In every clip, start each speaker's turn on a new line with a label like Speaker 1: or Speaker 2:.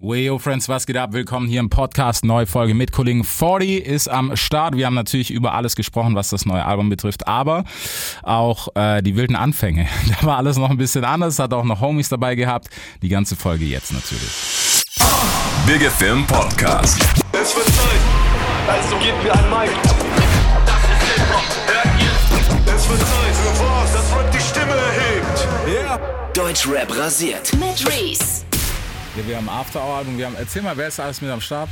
Speaker 1: Weyo Friends, was geht ab? Willkommen hier im Podcast. Neue Folge mit Kollegen 40 ist am Start. Wir haben natürlich über alles gesprochen, was das neue Album betrifft, aber auch äh, die wilden Anfänge. Da war alles noch ein bisschen anders, hat auch noch Homies dabei gehabt. Die ganze Folge jetzt natürlich.
Speaker 2: Big Film Podcast.
Speaker 3: Es wird Zeit. Also gebt mir ein Mic. Das ist Hip-Hop. Hört ihr? Es wird Zeit. Für was? Das Rap die Stimme erhebt.
Speaker 4: Deutschrap rasiert.
Speaker 5: Mit Reese.
Speaker 1: Ja, wir haben After Hour Album. Wir haben, erzähl mal, wer ist alles mit am Start?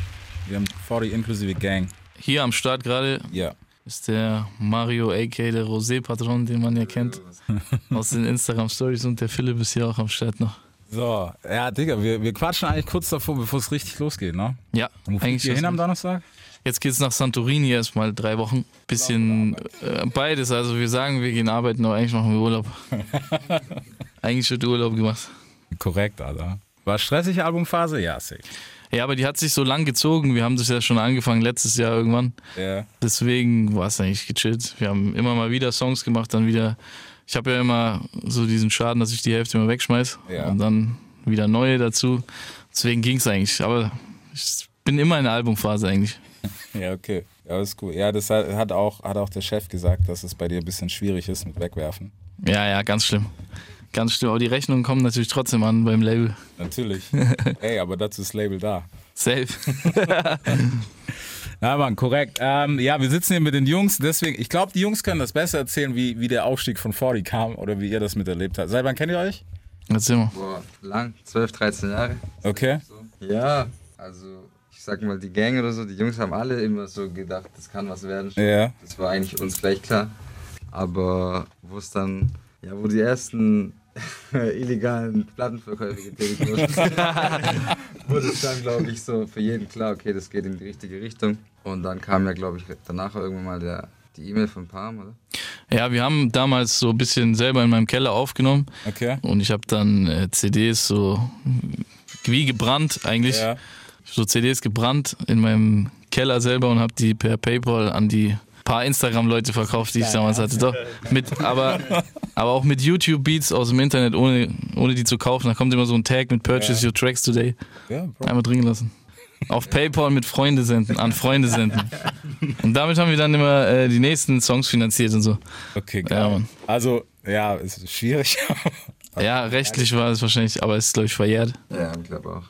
Speaker 1: Wir haben 40 inklusive Gang.
Speaker 6: Hier am Start gerade
Speaker 1: Ja.
Speaker 6: ist der Mario a.k. der Rosé-Patron, den man ja kennt aus den Instagram-Stories und der Philipp ist hier auch am Start noch.
Speaker 1: So, ja, Digga, wir, wir quatschen eigentlich kurz davor, bevor es richtig losgeht, ne?
Speaker 6: Ja,
Speaker 1: Wo fliegt ihr
Speaker 6: schon
Speaker 1: hin am
Speaker 6: so.
Speaker 1: Donnerstag?
Speaker 6: Jetzt geht's nach Santorini erstmal drei Wochen. Bisschen äh, beides, also wir sagen, wir gehen arbeiten, aber eigentlich machen wir Urlaub. eigentlich wird Urlaub gemacht.
Speaker 1: Korrekt, Alter. War stressige Albumphase? Ja, sick.
Speaker 6: Ja, aber die hat sich so lang gezogen. Wir haben das ja schon angefangen letztes Jahr irgendwann.
Speaker 1: Ja.
Speaker 6: Deswegen war es eigentlich gechillt. Wir haben immer mal wieder Songs gemacht, dann wieder. Ich habe ja immer so diesen Schaden, dass ich die Hälfte immer wegschmeiß
Speaker 1: Ja.
Speaker 6: und dann wieder neue dazu. Deswegen ging es eigentlich. Aber ich bin immer in der Albumphase eigentlich.
Speaker 1: Ja, okay. Ja, ist gut. Ja, das hat, hat, auch, hat auch der Chef gesagt, dass es bei dir ein bisschen schwierig ist mit Wegwerfen.
Speaker 6: Ja, ja, ganz schlimm. Ganz schlimm. Aber die Rechnungen kommen natürlich trotzdem an beim Label.
Speaker 1: Natürlich. Ey, aber dazu ist Label da.
Speaker 6: Safe.
Speaker 1: Ja, Mann, korrekt. Ähm, ja, wir sitzen hier mit den Jungs, deswegen, ich glaube, die Jungs können das besser erzählen, wie, wie der Aufstieg von 40 kam oder wie ihr das miterlebt habt. Seit wann kennt ihr euch?
Speaker 6: Erzähl mal.
Speaker 7: Boah, lang, 12, 13 Jahre.
Speaker 1: Okay.
Speaker 7: So. Ja, also ich sag mal, die Gang oder so, die Jungs haben alle immer so gedacht, das kann was werden.
Speaker 1: Ja.
Speaker 7: Das war eigentlich uns gleich klar. Aber wo es dann, ja, wo die ersten illegalen Plattenverkäufe getätigt wurden, wurde es dann, glaube ich, so für jeden klar, okay, das geht in die richtige Richtung. Und dann kam ja, glaube ich, danach irgendwann mal der, die E-Mail von Palm, oder?
Speaker 6: Ja, wir haben damals so ein bisschen selber in meinem Keller aufgenommen.
Speaker 1: Okay.
Speaker 6: Und ich habe dann äh, CDs so wie gebrannt eigentlich.
Speaker 1: Ja.
Speaker 6: so CDs gebrannt in meinem Keller selber und habe die per PayPal an die paar Instagram-Leute verkauft, die ich damals hatte. Doch, mit, aber, aber auch mit YouTube-Beats aus dem Internet, ohne, ohne die zu kaufen. Da kommt immer so ein Tag mit Purchase Your Tracks Today.
Speaker 1: Ja, Bro.
Speaker 6: Einmal drin lassen. Auf PayPal mit Freunde senden, an Freunde senden. Und damit haben wir dann immer äh, die nächsten Songs finanziert und so.
Speaker 1: Okay,
Speaker 6: Ja,
Speaker 1: geil.
Speaker 6: Mann.
Speaker 1: also, ja, ist schwierig.
Speaker 6: Ja, rechtlich war es wahrscheinlich, aber es ist, glaube ich, verjährt.
Speaker 7: Ja, ich glaube auch.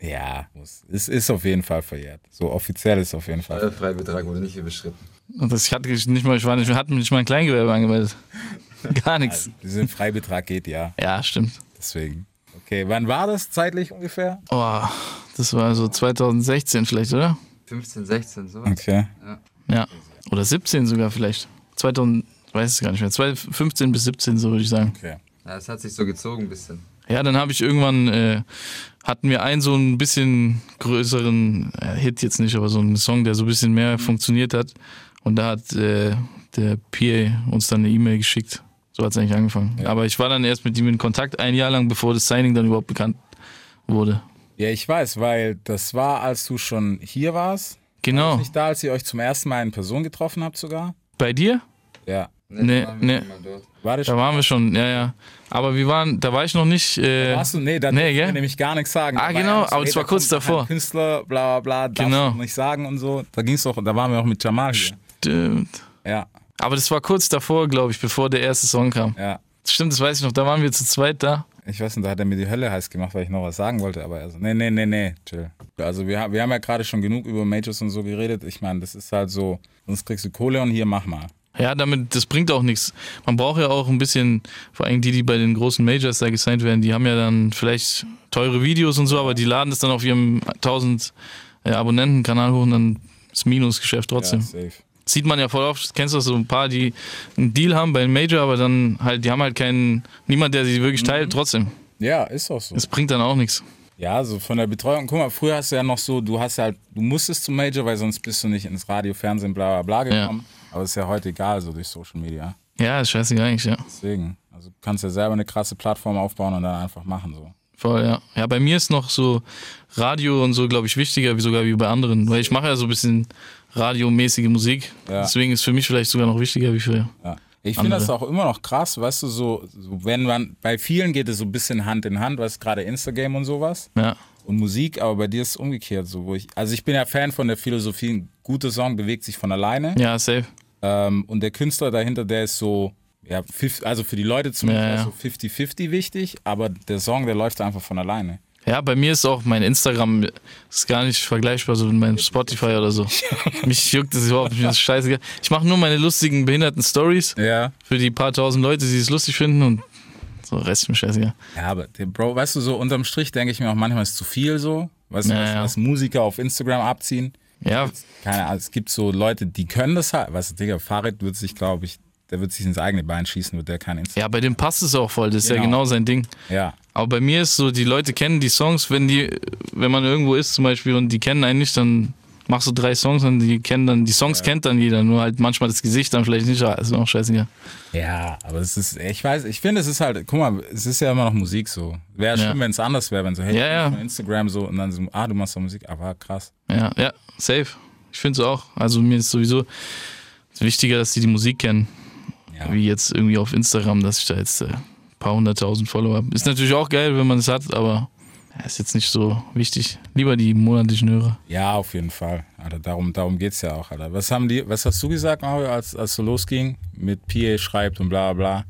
Speaker 1: ja, muss. Es ist auf jeden Fall verjährt. So offiziell ist es auf jeden Fall.
Speaker 7: Der Freibetrag wurde nicht überschritten.
Speaker 6: Und das, ich hatte nicht mal, ich war nicht, wir hatten nicht mal ein Kleingewerbe angemeldet. Gar nichts.
Speaker 1: Diesen Freibetrag geht ja,
Speaker 6: Ja, stimmt.
Speaker 1: deswegen. Okay, wann war das zeitlich ungefähr?
Speaker 6: Oh, das war so 2016 vielleicht, oder?
Speaker 7: 15, 16, so.
Speaker 1: Okay.
Speaker 6: Ja. Oder 17 sogar vielleicht. 2000, weiß ich gar nicht mehr. 12, 15 bis 17, so würde ich sagen.
Speaker 1: Okay.
Speaker 7: Ja, es hat sich so gezogen ein bisschen.
Speaker 6: Ja, dann habe ich irgendwann, äh, hatten wir einen so ein bisschen größeren äh, Hit jetzt nicht, aber so einen Song, der so ein bisschen mehr funktioniert hat. Und da hat äh, der PA uns dann eine E-Mail geschickt. So hat es eigentlich angefangen. Aber ich war dann erst mit ihm in Kontakt ein Jahr lang, bevor das Signing dann überhaupt bekannt wurde.
Speaker 1: Ja, ich weiß, weil das war, als du schon hier warst.
Speaker 6: Genau.
Speaker 1: Nicht da, als ihr euch zum ersten Mal in Person getroffen habt sogar.
Speaker 6: Bei dir?
Speaker 1: Ja.
Speaker 6: Nee,
Speaker 7: waren wir
Speaker 6: nee.
Speaker 7: schon mal dort.
Speaker 1: War das
Speaker 6: Da
Speaker 1: schon?
Speaker 6: waren wir schon, ja, ja. Aber wir waren, da war ich noch nicht. Äh,
Speaker 1: Warst du? Nee, da
Speaker 6: Nee,
Speaker 1: nee,
Speaker 6: gell?
Speaker 1: ich nämlich gar nichts sagen.
Speaker 6: Ah,
Speaker 1: Da war
Speaker 6: genau,
Speaker 1: ja so,
Speaker 6: aber
Speaker 1: ey,
Speaker 6: es war
Speaker 1: da
Speaker 6: kurz
Speaker 1: kommt kein
Speaker 6: davor.
Speaker 1: Künstler, bla bla bla,
Speaker 6: Genau.
Speaker 1: darfst du nicht sagen und so. Da ging's doch, da waren wir auch mit Jamal hier.
Speaker 6: Stimmt.
Speaker 1: Ja,
Speaker 6: Aber das war kurz davor, glaube ich, bevor der erste Song kam.
Speaker 1: ja.
Speaker 6: Stimmt, das weiß ich noch. Da waren wir zu zweit da.
Speaker 1: Ich weiß nicht, da hat er mir die Hölle heiß gemacht, weil ich noch was sagen wollte, aber also, nee, nee, nee, nee, chill. Also wir, haben- wir haben ja gerade schon genug über Majors und so geredet. Ich meine, das ist halt so, sonst kriegst du Kohle und hier mach mal.
Speaker 6: Ja, damit, das bringt auch nichts. Man braucht ja auch ein bisschen, vor allem die, die bei den großen Majors da gesigned werden, die haben ja dann vielleicht teure Videos und so, aber die laden das dann auf ihrem 1000 äh, Abonnenten-Kanal hoch und dann ist Minusgeschäft
Speaker 1: Ja,
Speaker 6: trotzdem.
Speaker 1: safe.
Speaker 6: sieht man ja voll oft, kennst du das, so ein paar, die einen Deal haben bei einem Major, aber dann halt, die haben halt keinen, niemand, der sie wirklich
Speaker 1: Mhm.
Speaker 6: teilt, trotzdem.
Speaker 1: Ja, ist auch so.
Speaker 6: Das bringt dann auch nichts.
Speaker 1: Ja, so von der Betreuung. Guck mal, früher hast du ja noch so, du hast halt, du musstest zum Major, weil sonst bist du nicht ins Radio, Fernsehen, bla bla bla gekommen. Aber ist ja heute egal, so durch Social Media.
Speaker 6: Ja, ist scheißegal eigentlich, ja.
Speaker 1: Deswegen. Also du kannst ja selber eine krasse Plattform aufbauen und dann einfach machen so.
Speaker 6: Voll, ja. Ja, bei mir ist noch so Radio und so, glaube ich, wichtiger, wie sogar wie bei anderen, weil ich mache ja so ein bisschen radiomäßige Musik.
Speaker 1: Ja.
Speaker 6: Deswegen ist für mich vielleicht sogar noch wichtiger wie für.
Speaker 1: Ja. Ich finde
Speaker 6: Andere.
Speaker 1: das auch immer noch krass, weißt du, so, so wenn man, bei vielen geht es so ein bisschen Hand in Hand, weißt du, gerade Instagram und sowas.
Speaker 6: Ja.
Speaker 1: und Musik, aber bei dir ist es umgekehrt so, wo ich, also ich bin ja Fan von der Philosophie, ein guter Song bewegt sich von alleine
Speaker 6: Ja, safe.
Speaker 1: ähm, und der Künstler dahinter, der ist so, ja, fif- also für die Leute zumindest
Speaker 6: Ja, ja.
Speaker 1: so 50-50 wichtig, aber der Song, der läuft einfach von alleine.
Speaker 6: Ja, bei mir ist auch mein Instagram ist gar nicht vergleichbar so mit meinem Spotify oder so. Mich juckt das überhaupt nicht, mir ist scheißegal. Ich mache nur meine lustigen behinderten Stories
Speaker 1: Ja.
Speaker 6: für die paar tausend Leute, die es lustig finden und so Rest ist mir scheißegal.
Speaker 1: Ja, aber der Bro, weißt du, so unterm Strich denke ich mir auch manchmal ist zu viel so. Weißt du,
Speaker 6: Ja,
Speaker 1: was,
Speaker 6: ja.
Speaker 1: was Musiker auf Instagram abziehen.
Speaker 6: Ja,
Speaker 1: Keine Ahnung, es gibt so Leute, die können das halt. Weißt du, Digga, Farid wird sich, glaube ich, der wird sich ins eigene Bein schießen, wird der kein Instagram.
Speaker 6: ja, bei dem passt es auch voll, das ist ja
Speaker 1: Genau.
Speaker 6: genau sein Ding.
Speaker 1: Ja.
Speaker 6: Aber bei mir ist so, die Leute kennen die Songs, wenn die, wenn man irgendwo ist zum Beispiel und die kennen einen nicht, dann machst du drei Songs und die kennen dann, die Songs kennt dann jeder, nur halt manchmal das Gesicht dann vielleicht nicht, aber ist mir auch scheißegal.
Speaker 1: Ja, aber es ist, ich weiß, ich finde, es ist halt, guck mal, es ist ja immer noch Musik so. Wäre
Speaker 6: Ja.
Speaker 1: schlimm, wenn es anders wäre, wenn so, hey,
Speaker 6: Ja,
Speaker 1: ich bin
Speaker 6: ja.
Speaker 1: von Instagram so und dann so, ah, du machst doch Musik, aber krass.
Speaker 6: Ja, ja, safe. Ich finde es auch. Also mir ist sowieso wichtiger, dass die die Musik kennen,
Speaker 1: Ja.
Speaker 6: wie jetzt irgendwie auf Instagram, dass ich da jetzt äh, ein paar hunderttausend Follower habe. Ist natürlich auch geil, wenn man es hat, aber ja, ist jetzt nicht so wichtig. Lieber die monatlichen Hörer.
Speaker 1: Ja, auf jeden Fall. Alter, darum, darum geht's ja auch, Alter. Was haben die, was hast du gesagt, Mario, als, als du losging? Mit PA schreibt und bla bla.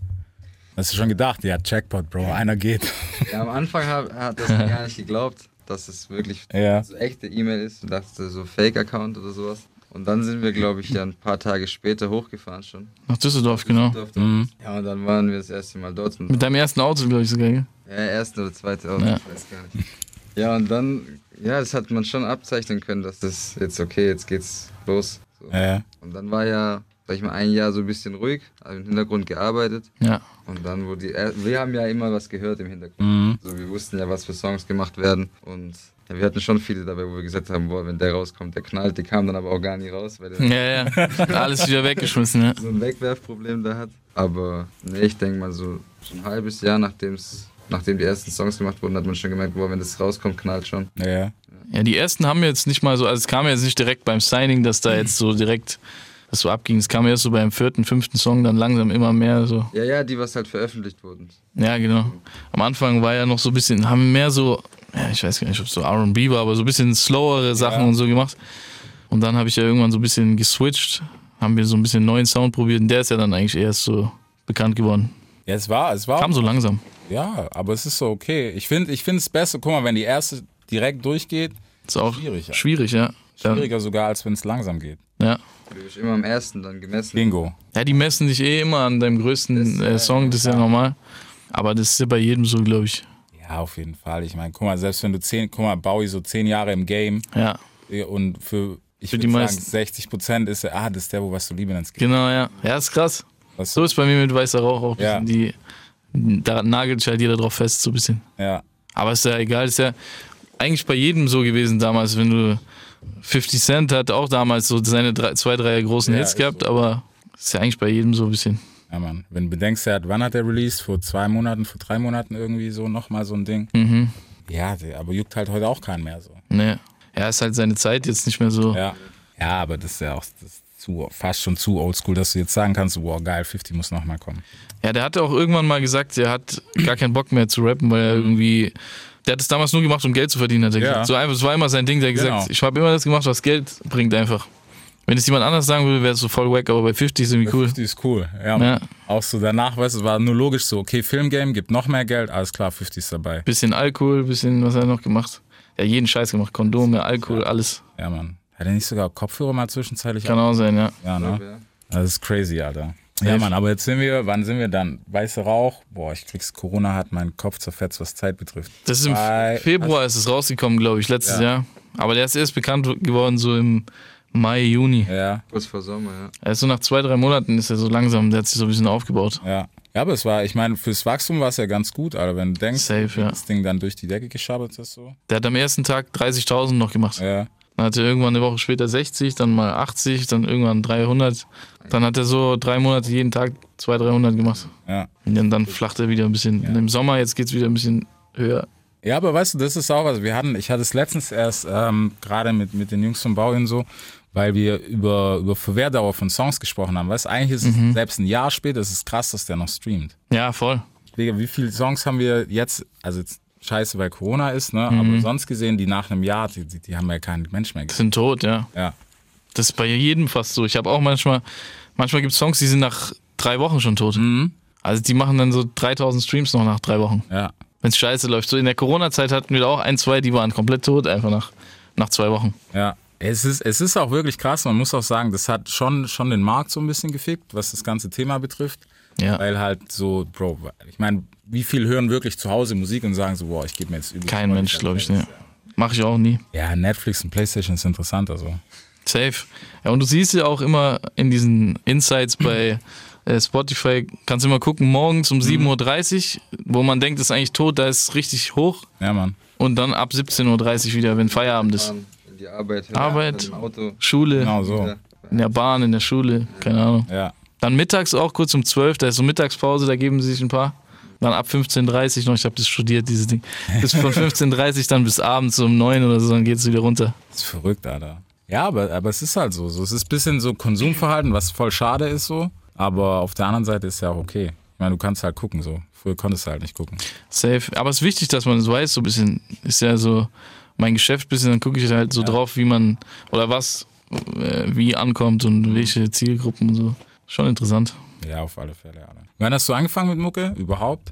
Speaker 1: Hast du schon gedacht, ja, Jackpot, Bro, einer geht.
Speaker 7: Ja, am Anfang hab, hat das mir gar nicht geglaubt, dass es wirklich
Speaker 1: Ja.
Speaker 7: so echte E-Mail ist. Ich dachte so Fake-Account oder sowas. Und dann sind wir, glaube ich, ja ein paar Tage später hochgefahren schon.
Speaker 6: Nach Düsseldorf, genau.
Speaker 7: Durfte. Ja, und dann waren wir das erste Mal dort. Und
Speaker 6: Mit deinem ersten Auto, glaube ich, sogar, gell?
Speaker 7: Ja, erste oder zweite Auto,
Speaker 6: Ja.
Speaker 7: ich weiß gar nicht. Ja, und dann, ja, das hat man schon abzeichnen können, dass das jetzt okay, jetzt geht's los. So.
Speaker 1: Äh,
Speaker 7: Und dann war ja, sag ich mal, ein Jahr so ein bisschen ruhig, also im Hintergrund gearbeitet.
Speaker 6: Ja.
Speaker 7: Und dann, wo die, er- wir haben ja immer was gehört im Hintergrund.
Speaker 6: Mhm.
Speaker 7: So, wir wussten ja, was für Songs gemacht werden. Und ja, wir hatten schon viele dabei, wo wir gesagt haben, boah, wenn der rauskommt, der knallt. Die kamen dann aber auch gar nie raus, weil der
Speaker 6: Ja, ja. Alles wieder weggeschmissen, ja.
Speaker 7: so ein Wegwerfproblem da hat. Aber nee, ich denke mal so, so ein halbes Jahr nachdem's, nachdem die ersten Songs gemacht wurden, hat man schon gemerkt, boah, wenn das rauskommt, knallt schon.
Speaker 1: ja.
Speaker 6: Ja, die ersten haben jetzt nicht mal so, also es kam ja jetzt nicht direkt beim Signing, dass da jetzt so direkt das so abging. Es kam erst so beim vierten, fünften Song dann langsam immer mehr so.
Speaker 7: Ja, ja, die, was halt veröffentlicht wurden.
Speaker 6: Ja, genau. Am Anfang war ja noch so ein bisschen, haben mehr so, ja, ich weiß gar nicht, ob es so RB war, aber so ein bisschen slowere Sachen und so gemacht. Und dann habe ich ja irgendwann so ein bisschen geswitcht, haben wir so ein bisschen neuen Sound probiert und der ist ja dann eigentlich erst so bekannt geworden.
Speaker 1: Ja, es war, es war.
Speaker 6: Kam so langsam.
Speaker 1: Ja, aber es ist so okay. Ich finde ich finde es besser, guck mal, wenn die erste direkt durchgeht,
Speaker 6: Ist auch
Speaker 1: Schwierig, ja.
Speaker 6: schwierig, ja. Dann-
Speaker 1: schwieriger sogar, als wenn es langsam geht.
Speaker 6: ja.
Speaker 7: Wir haben immer am ersten dann gemessen.
Speaker 1: Bingo.
Speaker 6: Ja, die messen dich eh immer an deinem größten
Speaker 7: Das,
Speaker 6: äh, Song, das ist ja normal. Aber das ist ja bei jedem so, glaube ich.
Speaker 1: Ja, auf jeden Fall. Ich meine, guck mal, selbst wenn du zehn, guck mal, Bowie so zehn Jahre im Game
Speaker 6: Ja,
Speaker 1: äh, und für, ich
Speaker 6: Für
Speaker 1: würde
Speaker 6: die
Speaker 1: sagen,
Speaker 6: meisten.
Speaker 1: 60 Prozent ist er, ah, das ist der, wo was du lieben ins Game.
Speaker 6: genau, ja. Ja, ist krass.
Speaker 1: Was-
Speaker 6: So ist bei mir mit Weißer Rauch auch.
Speaker 1: Ja.
Speaker 6: Ja. Die, da nagelt sich halt jeder drauf fest, so ein bisschen.
Speaker 1: Ja.
Speaker 6: Aber ist ja egal, ist ja eigentlich bei jedem so gewesen damals, wenn du 50 Cent hat auch damals so seine drei, zwei, drei großen
Speaker 1: Ja,
Speaker 6: Hits
Speaker 1: ist
Speaker 6: gehabt, aber ist ja eigentlich bei jedem so ein bisschen.
Speaker 1: Ja, Mann. Wenn du bedenkst, er hat, wann hat er released? Vor zwei Monaten, vor drei Monaten irgendwie so nochmal so ein Ding.
Speaker 6: Mhm.
Speaker 1: Ja, der- aber juckt halt heute auch keinen mehr so.
Speaker 6: Ne. Ja, ist halt seine Zeit jetzt nicht mehr so.
Speaker 1: Ja. Ja, aber das ist ja auch das ist zu, fast schon zu oldschool, dass du jetzt sagen kannst, wow, geil, 50 muss nochmal kommen.
Speaker 6: Ja, der hatte auch irgendwann mal gesagt, er hat gar keinen Bock mehr zu rappen, weil er irgendwie. Der hat es damals nur gemacht, um Geld zu verdienen, hat er
Speaker 1: Mhm. Ja.
Speaker 6: gesagt. So einfach, es war immer sein Ding, der hat gesagt,
Speaker 1: Genau.
Speaker 6: ich habe immer das gemacht, was Geld bringt einfach. Wenn es jemand anders sagen würde, wäre es so voll wack, aber bei 50 ist irgendwie cool.
Speaker 1: 50 ist cool. Ja.
Speaker 6: Ja.
Speaker 1: Auch so danach, weißt du, es war nur logisch so, okay, Filmgame gibt noch mehr Geld, alles klar, 50 ist dabei.
Speaker 6: Bisschen Alkohol, bisschen, was hat er noch gemacht? Ja, jeden Scheiß gemacht. Kondome, Alkohol, alles.
Speaker 1: Ja, Mann. Hat er nicht sogar Kopfhörer mal zwischenzeitlich?
Speaker 6: Kann auch sein, ja.
Speaker 1: Ja, ne?
Speaker 7: Ja.
Speaker 1: Das ist crazy, Alter. Ja, Mann, aber jetzt sind wir, wann sind wir dann? Weißer Rauch? Boah, ich krieg's, Corona hat meinen Kopf zerfetzt, was Zeit betrifft.
Speaker 6: Das ist im
Speaker 1: Bei-
Speaker 6: Februar ist es rausgekommen, glaube ich, letztes Jahr. Aber der ist erst bekannt geworden, so im Mai, Juni.
Speaker 1: Ja,
Speaker 7: Kurz vor Sommer, ja.
Speaker 6: Also nach zwei, drei Monaten ist er so langsam, der hat sich so ein bisschen aufgebaut.
Speaker 1: ja. Ja, aber es war, ich meine, fürs Wachstum war es ja ganz gut, Alter, wenn du denkst,
Speaker 6: Safe,
Speaker 1: wie
Speaker 6: ja.
Speaker 1: das Ding dann durch die Decke geschabbert ist, so.
Speaker 6: Der hat am ersten Tag 30.000 noch gemacht.
Speaker 1: Ja,
Speaker 6: Dann hat er irgendwann eine Woche später 60, dann mal 80, dann irgendwann 300. Dann hat er so drei Monate jeden Tag 200, 300 gemacht.
Speaker 1: ja.
Speaker 6: Und dann, dann flacht er wieder ein bisschen. Und Im Sommer, jetzt geht's wieder ein bisschen höher.
Speaker 1: Ja, aber weißt du, das ist auch was. Wir hatten, ich hatte es letztens erst ähm, gerade mit, mit den Jungs vom Bau hin so, weil wir über, über Verwehrdauer von Songs gesprochen haben. Weißt du, eigentlich ist
Speaker 6: Mhm.
Speaker 1: es selbst ein Jahr später, es ist krass, dass der noch streamt.
Speaker 6: Ja, voll.
Speaker 1: Digga, wie viele Songs haben wir jetzt, also jetzt scheiße, weil Corona ist, ne?
Speaker 6: Mhm.
Speaker 1: aber sonst gesehen, die nach einem Jahr, die, die, die haben ja keinen Mensch mehr gesehen.
Speaker 6: Sind tot, ja.
Speaker 1: Ja.
Speaker 6: Das ist bei jedem fast so. Ich habe auch manchmal, manchmal gibt es Songs, die sind nach drei Wochen schon tot. Also die machen dann so 3000 Streams noch nach drei Wochen.
Speaker 1: Ja.
Speaker 6: Wenn's scheiße läuft. So in der Corona-Zeit hatten wir da auch ein, zwei, die waren komplett tot, einfach nach, nach zwei Wochen.
Speaker 1: Ja, es ist, es ist auch wirklich krass. Man muss auch sagen, das hat schon, schon den Markt so ein bisschen gefickt, was das ganze Thema betrifft.
Speaker 6: Ja.
Speaker 1: Weil halt so, Bro, ich meine, wie viel hören wirklich zu Hause Musik und sagen so, boah, ich gebe mir jetzt übel.
Speaker 6: Kein Mensch, glaube ich. Ne. Mach ich auch nie.
Speaker 1: Ja, Netflix und Playstation ist interessanter so.
Speaker 6: Safe. Ja, und du siehst ja auch immer in diesen Insights bei äh, Spotify, kannst du immer gucken, morgens um 7.30 Uhr, wo man denkt, ist eigentlich tot, da ist richtig hoch.
Speaker 1: Ja, Mann.
Speaker 6: Und dann ab 17.30 Uhr wieder, wenn Feierabend ist.
Speaker 7: Fahren In die Arbeit, hin,
Speaker 6: Arbeit.
Speaker 7: im Auto.
Speaker 6: Schule,
Speaker 1: Genau so.
Speaker 7: Ja.
Speaker 6: in der Bahn, in der Schule, keine Ahnung.
Speaker 1: Ja.
Speaker 6: Dann mittags auch kurz um 12, da ist so Mittagspause, da geben sie sich ein paar. Dann ab 15.30 Uhr noch, ich habe das studiert, dieses Ding. Bis von 15.30 Uhr dann bis abends um 9 oder so, dann geht's wieder runter.
Speaker 1: Das ist verrückt, Alter. Ja, aber, aber es ist halt so. so. Es ist ein bisschen so Konsumverhalten, was voll schade ist so. Aber auf der anderen Seite ist ja auch okay. Ich meine, du kannst halt gucken so. Früher konntest du halt nicht gucken.
Speaker 6: Safe. Aber es ist wichtig, dass man es weiß, so ein bisschen. Ist ja so mein Geschäft ein bisschen, dann gucke ich halt so drauf, wie man oder was, äh, wie ankommt und welche Zielgruppen und so. Schon interessant.
Speaker 1: Ja, auf alle Fälle, Alter. Wann hast du angefangen mit Mucke? Überhaupt?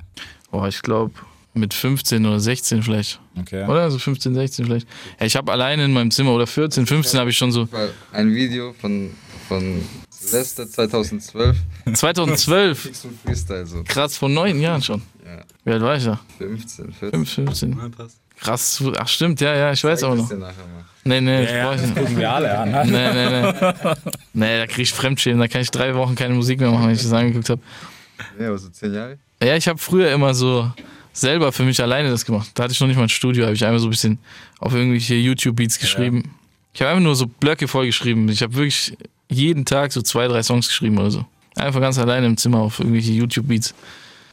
Speaker 6: Boah, ich glaube mit 15 oder 16 vielleicht.
Speaker 1: Okay.
Speaker 6: Oder? So 15, 16 vielleicht. Ja, ich habe alleine in meinem Zimmer oder 14, 15 habe ich schon so.
Speaker 7: Weil Ein Video von, von Silvester 2012.
Speaker 6: 2012,
Speaker 7: Fix und Freestyle so.
Speaker 6: krass, vor neun Jahren schon.
Speaker 7: Ja.
Speaker 6: Wie alt war ich da?
Speaker 7: 15, 14.
Speaker 6: 5, 15.
Speaker 7: passt.
Speaker 6: Krass, ach stimmt, ja, ja, ich weiß auch noch.
Speaker 7: Dir nachher mal.
Speaker 6: Nee, nee, ich
Speaker 1: Ja,
Speaker 6: brauch ich
Speaker 1: das
Speaker 6: nicht.
Speaker 1: gucken wir alle an. ne?
Speaker 6: Nee, nee, nee. Nee, da krieg ich Fremdschämen, da kann ich drei Wochen keine Musik mehr machen, wenn ich das angeguckt habe.
Speaker 7: Ja, aber so 10 Jahre.
Speaker 6: Ja, ich habe früher immer so selber für mich alleine das gemacht. Da hatte ich noch nicht mal ein Studio, habe ich einfach so ein bisschen auf irgendwelche YouTube-Beats geschrieben. Ich habe einfach nur so Blöcke vollgeschrieben. Ich habe wirklich jeden Tag so zwei, drei Songs geschrieben oder so. Einfach ganz alleine im Zimmer auf irgendwelche YouTube-Beats.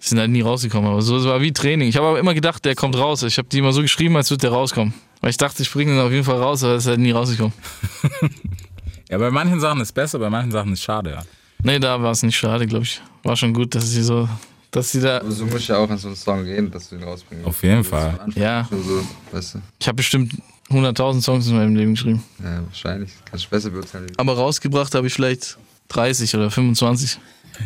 Speaker 6: Die sind halt nie rausgekommen, aber so, es war wie Training. Ich habe aber immer gedacht, der kommt raus. Ich habe die immer so geschrieben, als würde der rauskommen. Weil ich dachte, ich bringe den auf jeden Fall raus, aber es ist halt nie rausgekommen.
Speaker 1: Ja, bei manchen Sachen ist besser, bei manchen Sachen ist schade, ja.
Speaker 6: Nee, da war es nicht schade, glaube ich. War schon gut, dass sie so, dass sie da.
Speaker 7: Aber so muss ja auch an so einen Song gehen, dass du ihn rausbringst.
Speaker 1: Auf jeden Fall.
Speaker 6: Ja,
Speaker 7: Schon so, weißt du.
Speaker 6: ich habe bestimmt 100.000 Songs in meinem Leben geschrieben.
Speaker 7: Ja, wahrscheinlich. Kannst du besser beurteilen.
Speaker 6: Aber rausgebracht habe ich vielleicht 30 oder 25.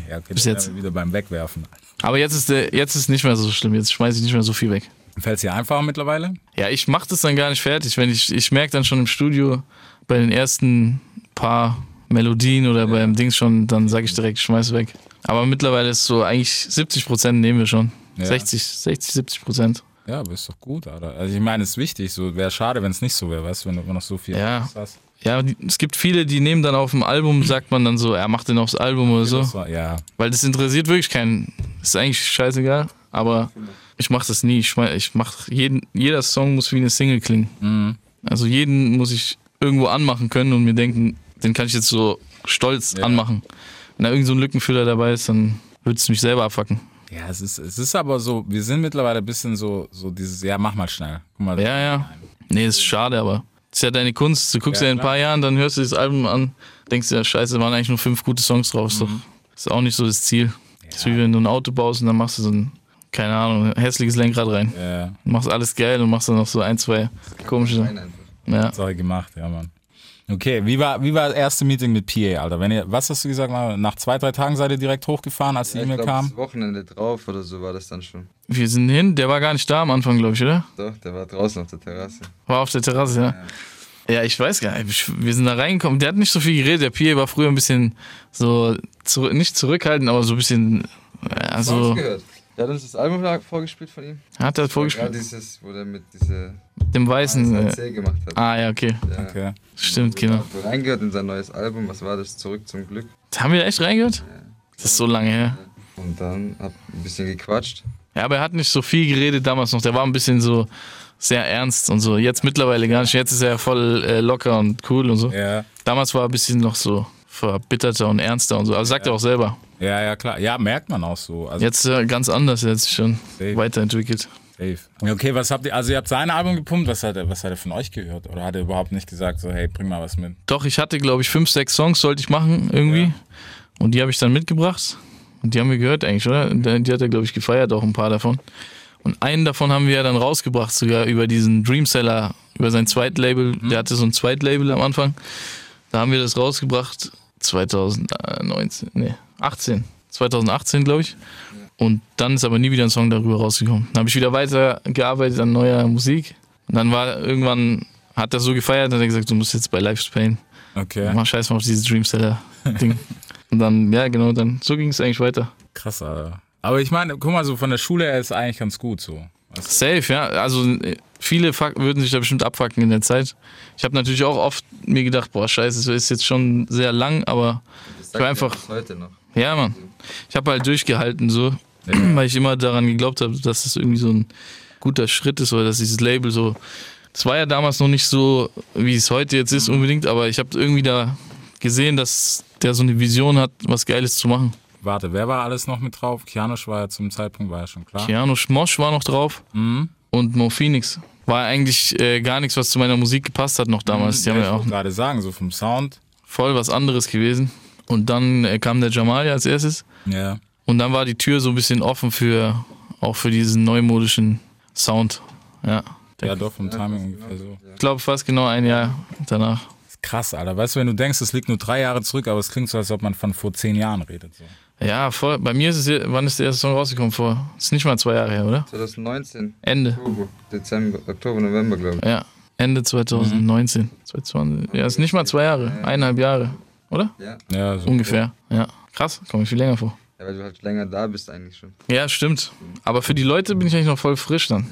Speaker 1: Ja, okay,
Speaker 6: Bis
Speaker 1: dann
Speaker 6: jetzt.
Speaker 1: wären wir wieder beim Wegwerfen.
Speaker 6: Aber jetzt ist der, jetzt ist nicht mehr so schlimm. Jetzt schmeiße ich nicht mehr so viel weg.
Speaker 1: Fällt es dir einfacher mittlerweile?
Speaker 6: Ja, ich mache das dann gar nicht fertig, wenn ich ich merke dann schon im Studio bei den ersten paar Melodien oder beim Dings schon, dann sage ich direkt, ich schmeiß weg. Aber mittlerweile ist so eigentlich 70 Prozent nehmen wir schon.
Speaker 1: Ja.
Speaker 6: 60, 60, 70 Prozent.
Speaker 1: Ja, aber ist doch gut, Alter. Also ich meine, es ist wichtig. So wäre schade, wenn es nicht so wäre, weißt du, wenn du immer noch so viel
Speaker 6: Ja.
Speaker 1: hast.
Speaker 6: Ja, die, es gibt viele, die nehmen dann auf dem Album, sagt man dann so, er macht den aufs Album oder so.
Speaker 1: Das war, ja.
Speaker 6: Weil das interessiert wirklich keinen. Ist eigentlich scheißegal, aber ich mach das nie. Ich, schmei- ich mach jeden, jeder Song muss wie eine Single klingen. Also jeden muss ich irgendwo anmachen können und mir denken, den kann ich jetzt so stolz anmachen. Wenn da irgend so ein Lückenfüller dabei ist, dann würdest du mich selber abfacken.
Speaker 1: Ja, es ist, es ist aber so, wir sind mittlerweile ein bisschen so, so dieses, ja, mach mal schnell. Guck mal.
Speaker 6: Ja, ja. Nee, ist schade, aber das ist ja deine Kunst. Du guckst
Speaker 1: Ja,
Speaker 6: ja, in ein
Speaker 1: klar.
Speaker 6: paar Jahren, dann hörst du das Album an, denkst dir, scheiße, waren eigentlich nur fünf gute Songs drauf. Ist, doch,
Speaker 1: Mhm.
Speaker 6: ist auch nicht so das Ziel. Das ist wie wenn du ein Auto baust und dann machst du so ein, keine Ahnung, ein hässliches Lenkrad rein.
Speaker 1: Äh,
Speaker 6: machst alles geil und machst dann noch so ein, zwei komische
Speaker 7: Nein,
Speaker 6: Sachen.
Speaker 7: einfach.
Speaker 6: Ja.
Speaker 1: Sache gemacht, ja, Mann. Okay, wie war, wie war das erste Meeting mit PA, Alter? Wenn ihr, was hast du gesagt? Manuel? Nach zwei, drei Tagen seid ihr direkt hochgefahren, als die
Speaker 7: Ja, ich
Speaker 1: E-Mail
Speaker 7: glaube,
Speaker 1: kam?
Speaker 7: das Wochenende drauf oder so war das dann schon.
Speaker 6: Wir sind hin, der war gar nicht da am Anfang, glaube ich, oder?
Speaker 7: Doch, der war draußen auf der Terrasse.
Speaker 6: War auf der Terrasse, ja. Ja, ich weiß gar nicht. Ich- Wir sind da reingekommen. Der hat nicht so viel geredet. Der Pierre war früher ein bisschen so, zurück, nicht zurückhaltend, aber so ein bisschen. äh, ja,
Speaker 7: Songs
Speaker 6: so
Speaker 7: gehört. Der hat uns das Album da vorgespielt von ihm.
Speaker 6: hat er
Speaker 7: Ja,
Speaker 6: vorgespielt?
Speaker 7: dieses, wo der mit dieser
Speaker 6: Dem Weißen. Äh,
Speaker 7: C gemacht hat.
Speaker 6: ah, ja, okay.
Speaker 7: Ja.
Speaker 1: Okay.
Speaker 6: Stimmt, genau.
Speaker 7: Wo reingehört in sein neues Album. Was war das? Zurück zum Glück.
Speaker 6: Haben wir da echt reingehört? Das ist so lange her.
Speaker 7: Und dann hab ein bisschen gequatscht.
Speaker 6: Ja, aber er hat nicht so viel geredet damals noch. Der war ein bisschen so sehr ernst und so. Jetzt mittlerweile gar nicht. Jetzt ist er ja voll äh, locker und cool und so.
Speaker 1: Ja.
Speaker 6: Damals war er ein bisschen noch so verbitterter und ernster und so. Also sagt er auch selber.
Speaker 1: Ja, ja, klar. Ja, merkt man auch so. Also,
Speaker 6: Jetzt äh, ganz anders, er hat sich schon
Speaker 1: Safe.
Speaker 6: weiterentwickelt.
Speaker 1: Safe. Okay, was habt ihr, also ihr habt sein Album gepumpt, was hat er, was hat er von euch gehört? Oder hat er überhaupt nicht gesagt, so, hey, bring mal was mit?
Speaker 6: Doch, ich hatte, glaube ich, fünf, sechs Songs sollte ich machen irgendwie. Und die habe ich dann mitgebracht. Und die haben wir gehört eigentlich, oder? Und Die hat er, glaube ich, gefeiert, auch ein paar davon. Und einen davon haben wir ja dann rausgebracht, sogar über diesen Dreamseller, über sein Zweitlabel. Der hatte so ein Zweitlabel am Anfang. Da haben wir das rausgebracht 2019, nee, 18. 2018, glaube ich. Und dann ist aber nie wieder ein Song darüber rausgekommen. Dann habe ich wieder weitergearbeitet an neuer Musik. Und dann war irgendwann, hat er so gefeiert, dann hat er gesagt, du musst jetzt bei Live Spain.
Speaker 1: Okay.
Speaker 6: Mach scheiß mal auf dieses Dreamseller-Ding. Und dann, ja, genau, dann so ging es eigentlich weiter.
Speaker 1: Krass, Alter. Aber ich meine, guck mal, so von der Schule her ist eigentlich ganz gut so.
Speaker 6: Safe, ja. Also äh, viele fuck, würden sich da bestimmt abfacken in der Zeit. Ich habe natürlich auch oft mir gedacht, boah, scheiße, es ist jetzt schon sehr lang, aber
Speaker 7: Ich
Speaker 6: war einfach-
Speaker 7: Heute noch.
Speaker 6: ja, Mann. Ich habe halt durchgehalten so, weil ich immer daran geglaubt habe, dass es irgendwie so ein guter Schritt ist oder dass dieses Label so. Es war ja damals noch nicht so, wie es heute jetzt ist unbedingt, aber ich habe irgendwie da gesehen, dass der so eine Vision hat, was Geiles zu machen.
Speaker 1: Warte, wer war alles noch mit drauf? Kianosch war ja zum Zeitpunkt, war ja schon klar.
Speaker 6: Keanu Schmosch war noch drauf und Mo Phoenix. War eigentlich äh, gar nichts, was zu meiner Musik gepasst hat noch damals. Die haben
Speaker 1: Hm, ja,
Speaker 6: ja
Speaker 1: ich
Speaker 6: auch
Speaker 1: wollte gerade sagen, so vom Sound.
Speaker 6: voll was anderes gewesen. Und dann äh, kam der Jamal ja als erstes.
Speaker 1: Ja.
Speaker 6: Und dann war die Tür so ein bisschen offen für auch für diesen neumodischen Sound. Ja.
Speaker 1: Ja, doch, vom Timing ungefähr so.
Speaker 6: Ich glaube fast genau ein Jahr danach.
Speaker 1: Ist krass, Alter. Weißt du, wenn du denkst, es liegt nur drei Jahre zurück, aber es klingt so, als ob man von vor zehn Jahren redet. So.
Speaker 6: Ja, voll. Bei mir ist es, ja- wann ist der erste Song rausgekommen? Vor, ist nicht mal zwei Jahre her, oder?
Speaker 7: 2019.
Speaker 6: Ende.
Speaker 7: Oktober, Dezember, Oktober, November, glaube ich.
Speaker 6: Ja. Ende 2019. 2020. Ja, ist nicht mal zwei Jahre. Eineinhalb Jahre. Oder?
Speaker 7: Ja.
Speaker 1: Ja, so.
Speaker 6: Ungefähr. Ja. Krass. Komme ich viel länger vor.
Speaker 7: ja, weil du halt länger da bist eigentlich schon.
Speaker 6: Ja, stimmt. Aber für die Leute bin ich eigentlich noch voll frisch dann.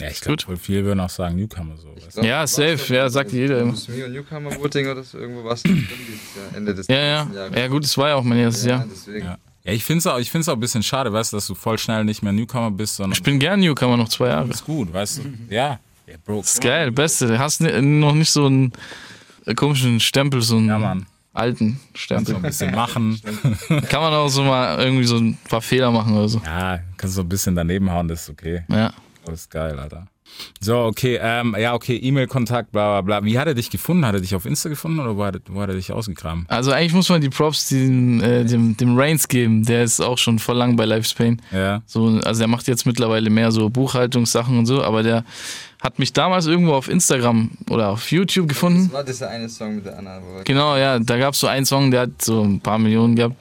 Speaker 1: Ja, ich glaube,
Speaker 6: Gut.
Speaker 1: voll viele würden auch sagen, Newcomer so. Weißt du?
Speaker 7: Glaub,
Speaker 6: Ja,
Speaker 7: warst
Speaker 6: safe.
Speaker 7: du-
Speaker 6: Ja, sagt jeder immer.
Speaker 7: Das Mio Newcomer Voting oder so irgendwo was drin dieses Jahr, Ende des
Speaker 6: Ja, ja. genau.
Speaker 7: letzten
Speaker 6: Ja, gut, es war ja auch mein erstes
Speaker 7: Ja,
Speaker 6: Jahr.
Speaker 7: deswegen.
Speaker 1: Ja. Ja, ich finde es auch, ich find's auch ein bisschen schade, weißt du, dass du voll schnell nicht mehr Newcomer bist, sondern
Speaker 6: Ich bin gern Newcomer noch zwei Jahre.
Speaker 1: ist gut, weißt du? Ja. Ja, Bro.
Speaker 6: Das ist geil, Beste. Du hast ni- noch nicht so einen äh, komischen Stempel, so einen
Speaker 1: Ja, Mann.
Speaker 6: alten
Speaker 1: Kannst du
Speaker 6: Stempel.
Speaker 1: ein bisschen machen.
Speaker 6: Kann man auch so mal irgendwie so ein paar Fehler machen oder so.
Speaker 1: Ja, kannst du ein bisschen daneben hauen, das ist okay.
Speaker 6: Ja.
Speaker 1: Das ist geil, Alter. So, okay, ähm, ja, okay, E-Mail-Kontakt, bla, bla, bla. Wie hat er dich gefunden? Hat er dich auf Insta gefunden oder wo hat, er- wo hat er dich ausgegraben?
Speaker 6: Also eigentlich muss man die Props dem, äh, dem, dem Reigns geben. Der ist auch schon voll lang bei Life Spain.
Speaker 1: Ja.
Speaker 6: So, also der macht jetzt mittlerweile mehr so Buchhaltungssachen und so, aber der hat mich damals irgendwo auf Instagram oder auf YouTube gefunden.
Speaker 7: Das war dieser eine Song mit der Anna. wo wir-
Speaker 6: Genau, ja, da gab es so einen Song, der hat so ein paar Millionen gehabt.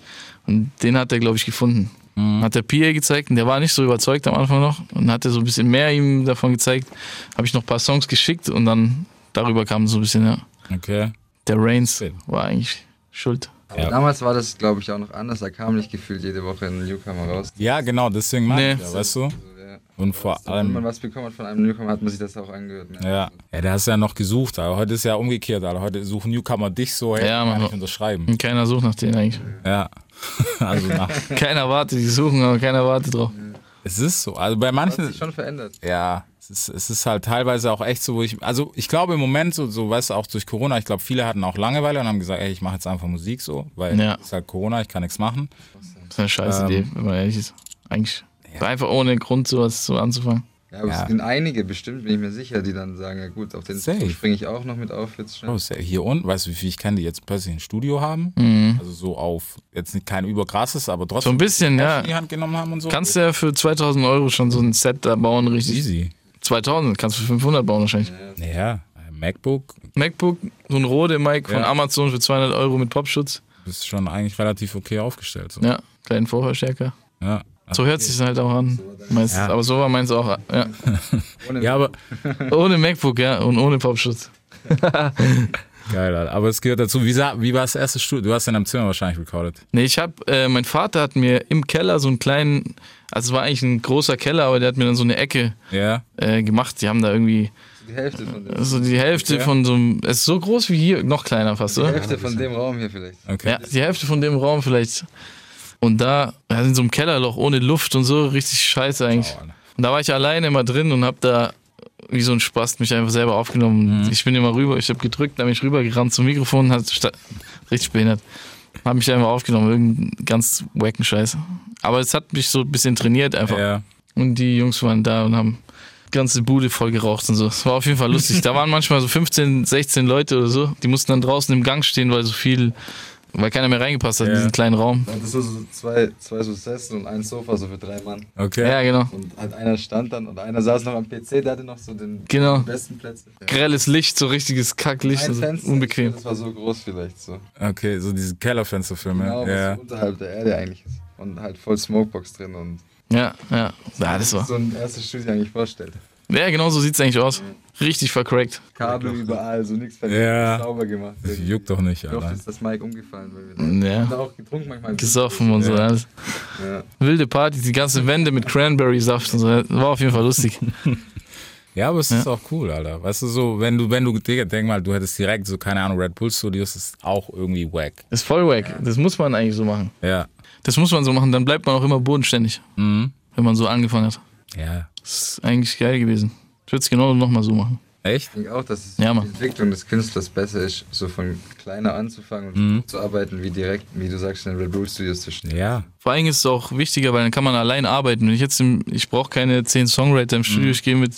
Speaker 6: Und den hat er, glaube ich, gefunden. Hat der PA gezeigt und der war nicht so überzeugt am Anfang noch. Und hat er so ein bisschen mehr ihm davon gezeigt. Habe ich noch ein paar Songs geschickt und dann darüber kam so ein bisschen, ja.
Speaker 1: Okay.
Speaker 6: Der Reigns
Speaker 1: Schön.
Speaker 6: war eigentlich schuld.
Speaker 1: Ja.
Speaker 7: Damals war das, glaube ich, auch noch anders. Da kam nicht gefühlt jede Woche ein Newcomer raus.
Speaker 1: Ja, genau, deswegen meine
Speaker 6: Nee.
Speaker 1: ich ja, weißt du?
Speaker 7: Also, ja.
Speaker 1: Und vor
Speaker 7: Wenn man
Speaker 1: allem,
Speaker 7: was bekommen hat von einem Newcomer, hat man sich das auch angehört. Ne?
Speaker 1: ja, ja, da hast du ja noch gesucht, aber heute ist ja umgekehrt, Alter. Heute suchen Newcomer dich so, hey,
Speaker 6: Ja,
Speaker 1: kann
Speaker 6: Mann.
Speaker 1: ich unterschreiben.
Speaker 6: Und keiner sucht nach denen eigentlich.
Speaker 1: Ja. Also, nach,
Speaker 6: Keiner wartet, die suchen, aber keiner wartet drauf.
Speaker 1: es ist so. Also bei
Speaker 7: Das hat
Speaker 1: manchen,
Speaker 7: sich schon verändert.
Speaker 1: Ja, es ist, es ist halt teilweise auch echt so, wo ich, also ich glaube im Moment so, so weißt du, auch durch Corona, ich glaube, viele hatten auch Langeweile und haben gesagt, ey, ich mache jetzt einfach Musik so, weil
Speaker 6: Ja.
Speaker 1: es ist halt Corona, ich kann nichts machen.
Speaker 6: Das ist eine scheiß Idee, wenn man ehrlich ist. Eigentlich. Einfach ohne Grund sowas so anzufangen.
Speaker 7: Ja, aber
Speaker 1: Ja.
Speaker 7: es sind einige bestimmt, bin ich mir sicher, die dann sagen, ja gut, auf den
Speaker 1: Safe.
Speaker 7: Zug springe ich auch noch mit auf jetzt
Speaker 1: Bro,
Speaker 7: schnell.
Speaker 1: Oh, ist ja hier unten, weißt du, wie viel ich kann die jetzt plötzlich ein Studio haben? Also so auf, jetzt nicht kein überkrasses, aber
Speaker 6: Mhm. So ein
Speaker 1: trotzdem
Speaker 6: bisschen, ja.
Speaker 1: in die Hand genommen haben und so.
Speaker 6: Kannst du ja für 2000 Euro schon so ein Set da bauen, richtig.
Speaker 1: easy.
Speaker 6: 2000, kannst du für 500 bauen wahrscheinlich.
Speaker 1: Ja, ein MacBook
Speaker 6: MacBook, so ein Rode-Mic von
Speaker 1: Ja.
Speaker 6: Amazon für 200 Euro mit Popschutz.
Speaker 1: ist schon eigentlich relativ okay aufgestellt. So.
Speaker 6: Ja, kleinen Vorverstärker.
Speaker 1: Ja.
Speaker 6: So hört sich's halt auch an. Meist,
Speaker 1: Ja.
Speaker 6: Aber so war meins auch. Ja.
Speaker 7: Ohne
Speaker 1: ja, aber
Speaker 6: Ohne MacBook, ja, und ohne Popschutz.
Speaker 1: geil, Alter. aber es gehört dazu. Wie, sah, wie war das erste Studio? Du hast in deinem Zimmer wahrscheinlich recorded.
Speaker 6: Nee, ich hab, äh, mein Vater hat mir im Keller so einen kleinen, also es war eigentlich ein großer Keller, aber der hat mir dann so eine Ecke
Speaker 1: Ja.
Speaker 6: äh, gemacht. Die haben da irgendwie
Speaker 7: die Hälfte von dem,
Speaker 6: so die Hälfte von so einem, es ist so groß wie hier, noch kleiner fast,
Speaker 7: die
Speaker 6: oder?
Speaker 7: Hälfte von dem Raum hier vielleicht.
Speaker 1: Okay.
Speaker 6: Ja, die Hälfte von dem Raum vielleicht. Und da, ja, in so einem Kellerloch ohne Luft und so, richtig scheiße eigentlich.
Speaker 1: Wow, Alter.
Speaker 6: Und da war ich alleine immer drin und hab da wie so ein Spast mich einfach selber aufgenommen. Ich bin immer rüber, ich habe gedrückt, dann bin ich rübergerannt zum Mikrofon, hat sta- richtig behindert. Hab mich einfach aufgenommen, irgendeinen ganz wacken Scheiß. Aber es hat mich so ein bisschen trainiert einfach.
Speaker 1: Ja.
Speaker 6: Und die Jungs waren da und haben die ganze Bude voll geraucht und so. Es war auf jeden Fall lustig. da waren manchmal so 15, 16 Leute oder so. Die mussten dann draußen im Gang stehen, weil so viel weil keiner mehr reingepasst hat
Speaker 1: Ja.
Speaker 6: in diesen kleinen Raum.
Speaker 7: Und das waren so zwei, zwei so Sessel und ein Sofa, so für drei Mann.
Speaker 1: Okay.
Speaker 6: Ja, genau.
Speaker 7: Und halt einer stand dann und einer saß noch am PC, der hatte noch so den
Speaker 6: Genau.
Speaker 7: besten Plätze. Ja.
Speaker 6: Grelles Licht, so richtiges Kacklicht, also unbequem.
Speaker 7: Das war so groß vielleicht so.
Speaker 1: Okay, so diese Kellerfensterfilme.
Speaker 7: Genau, was
Speaker 1: ja.
Speaker 7: so unterhalb der Erde eigentlich ist. Und halt voll Smokebox drin und
Speaker 6: Ja, ja. Ja, das war.
Speaker 7: so ein erstes Studio eigentlich vorstellt.
Speaker 6: Ja, genau so sieht's eigentlich aus. Richtig vercrackt.
Speaker 7: Kabel überall, so nichts
Speaker 1: Ja.
Speaker 7: sauber gemacht.
Speaker 1: Das Juckt doch nicht,
Speaker 7: Ich hoffe,
Speaker 1: Alter.
Speaker 7: ist das Mike umgefallen, weil wir da,
Speaker 6: Ja.
Speaker 7: da auch getrunken manchmal.
Speaker 6: Gesoffen und so alles.
Speaker 7: Ja.
Speaker 6: Wilde Party, die ganze Wände mit Cranberry-Saft und so. War auf jeden Fall lustig.
Speaker 1: Ja, aber es ist auch cool, Alter. Weißt du, so, wenn du, wenn du, Digga, denk mal, du hättest direkt so, keine Ahnung, Red Bull Studios ist auch irgendwie wack.
Speaker 6: Ist voll wack. Das muss man eigentlich so machen.
Speaker 1: Ja.
Speaker 6: Das muss man so machen, dann bleibt man auch immer bodenständig. Wenn man so angefangen hat.
Speaker 1: Ja.
Speaker 6: Das ist eigentlich geil gewesen. Ich würde es genau nochmal so machen.
Speaker 1: Echt?
Speaker 7: Ich denke auch, dass es
Speaker 6: Ja,
Speaker 7: für
Speaker 6: Mann.
Speaker 7: die Entwicklung des Künstlers besser ist, so von kleiner anzufangen und
Speaker 6: Mhm.
Speaker 7: zu arbeiten, wie direkt, wie du sagst, in den Red Bull Studios zu stehen.
Speaker 1: Ja.
Speaker 6: Vor allem ist es auch wichtiger, weil dann kann man allein arbeiten. Wenn ich jetzt, im, ich brauche keine zehn Songwriter im Studio, ich gehe mit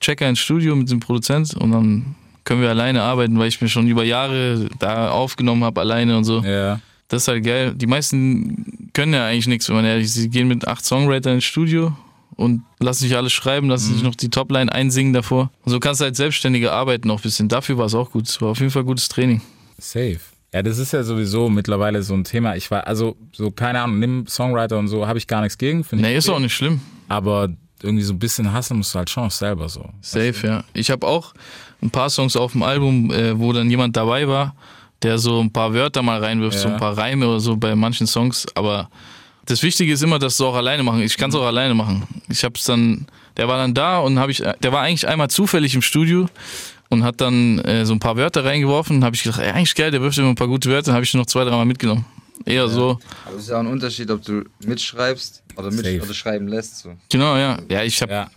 Speaker 6: Checker ins Studio mit dem Produzent und dann können wir alleine arbeiten, weil ich mir schon über Jahre da aufgenommen habe, alleine und so.
Speaker 1: Ja.
Speaker 6: Das ist halt geil. Die meisten können ja eigentlich nichts, wenn man ehrlich ist. Sie gehen mit acht Songwritern ins Studio und lassen sich alles schreiben, lassen sich noch die Topline einsingen davor. Und so kannst du halt selbstständige arbeiten auch ein bisschen. Dafür war es auch gut. Es war auf jeden Fall gutes Training.
Speaker 1: Safe. Ja, das ist ja sowieso mittlerweile so ein Thema. Ich war, also, so, keine Ahnung, nimm Songwriter und so, habe ich gar nichts gegen, finde
Speaker 6: Nee, ist auch nicht schlimm.
Speaker 1: ich. Aber irgendwie so ein bisschen hasseln musst du halt schon auch selber so.
Speaker 6: Safe, ja. Ich habe auch ein paar Songs auf dem Album, äh, wo dann jemand dabei war, der so ein paar Wörter mal reinwirft, so
Speaker 1: Ja.
Speaker 6: ein paar Reime oder so bei manchen Songs. Aber das Wichtige ist immer, dass du auch alleine machen. Ich kann es auch alleine machen. Ich habe es dann, der war dann da und habe ich, der war eigentlich einmal zufällig im Studio und hat dann äh, so ein paar Wörter reingeworfen. Habe ich gedacht, ey, eigentlich geil, der wirft immer ein paar gute Wörter. Habe ich noch zwei, dreimal mitgenommen. Eher so.
Speaker 7: Aber es ist ja auch ein Unterschied, ob du mitschreibst oder, mit,
Speaker 1: Safe.
Speaker 7: oder schreiben lässt. So.
Speaker 6: Genau, ja. Ja, ich habe,
Speaker 1: Ja.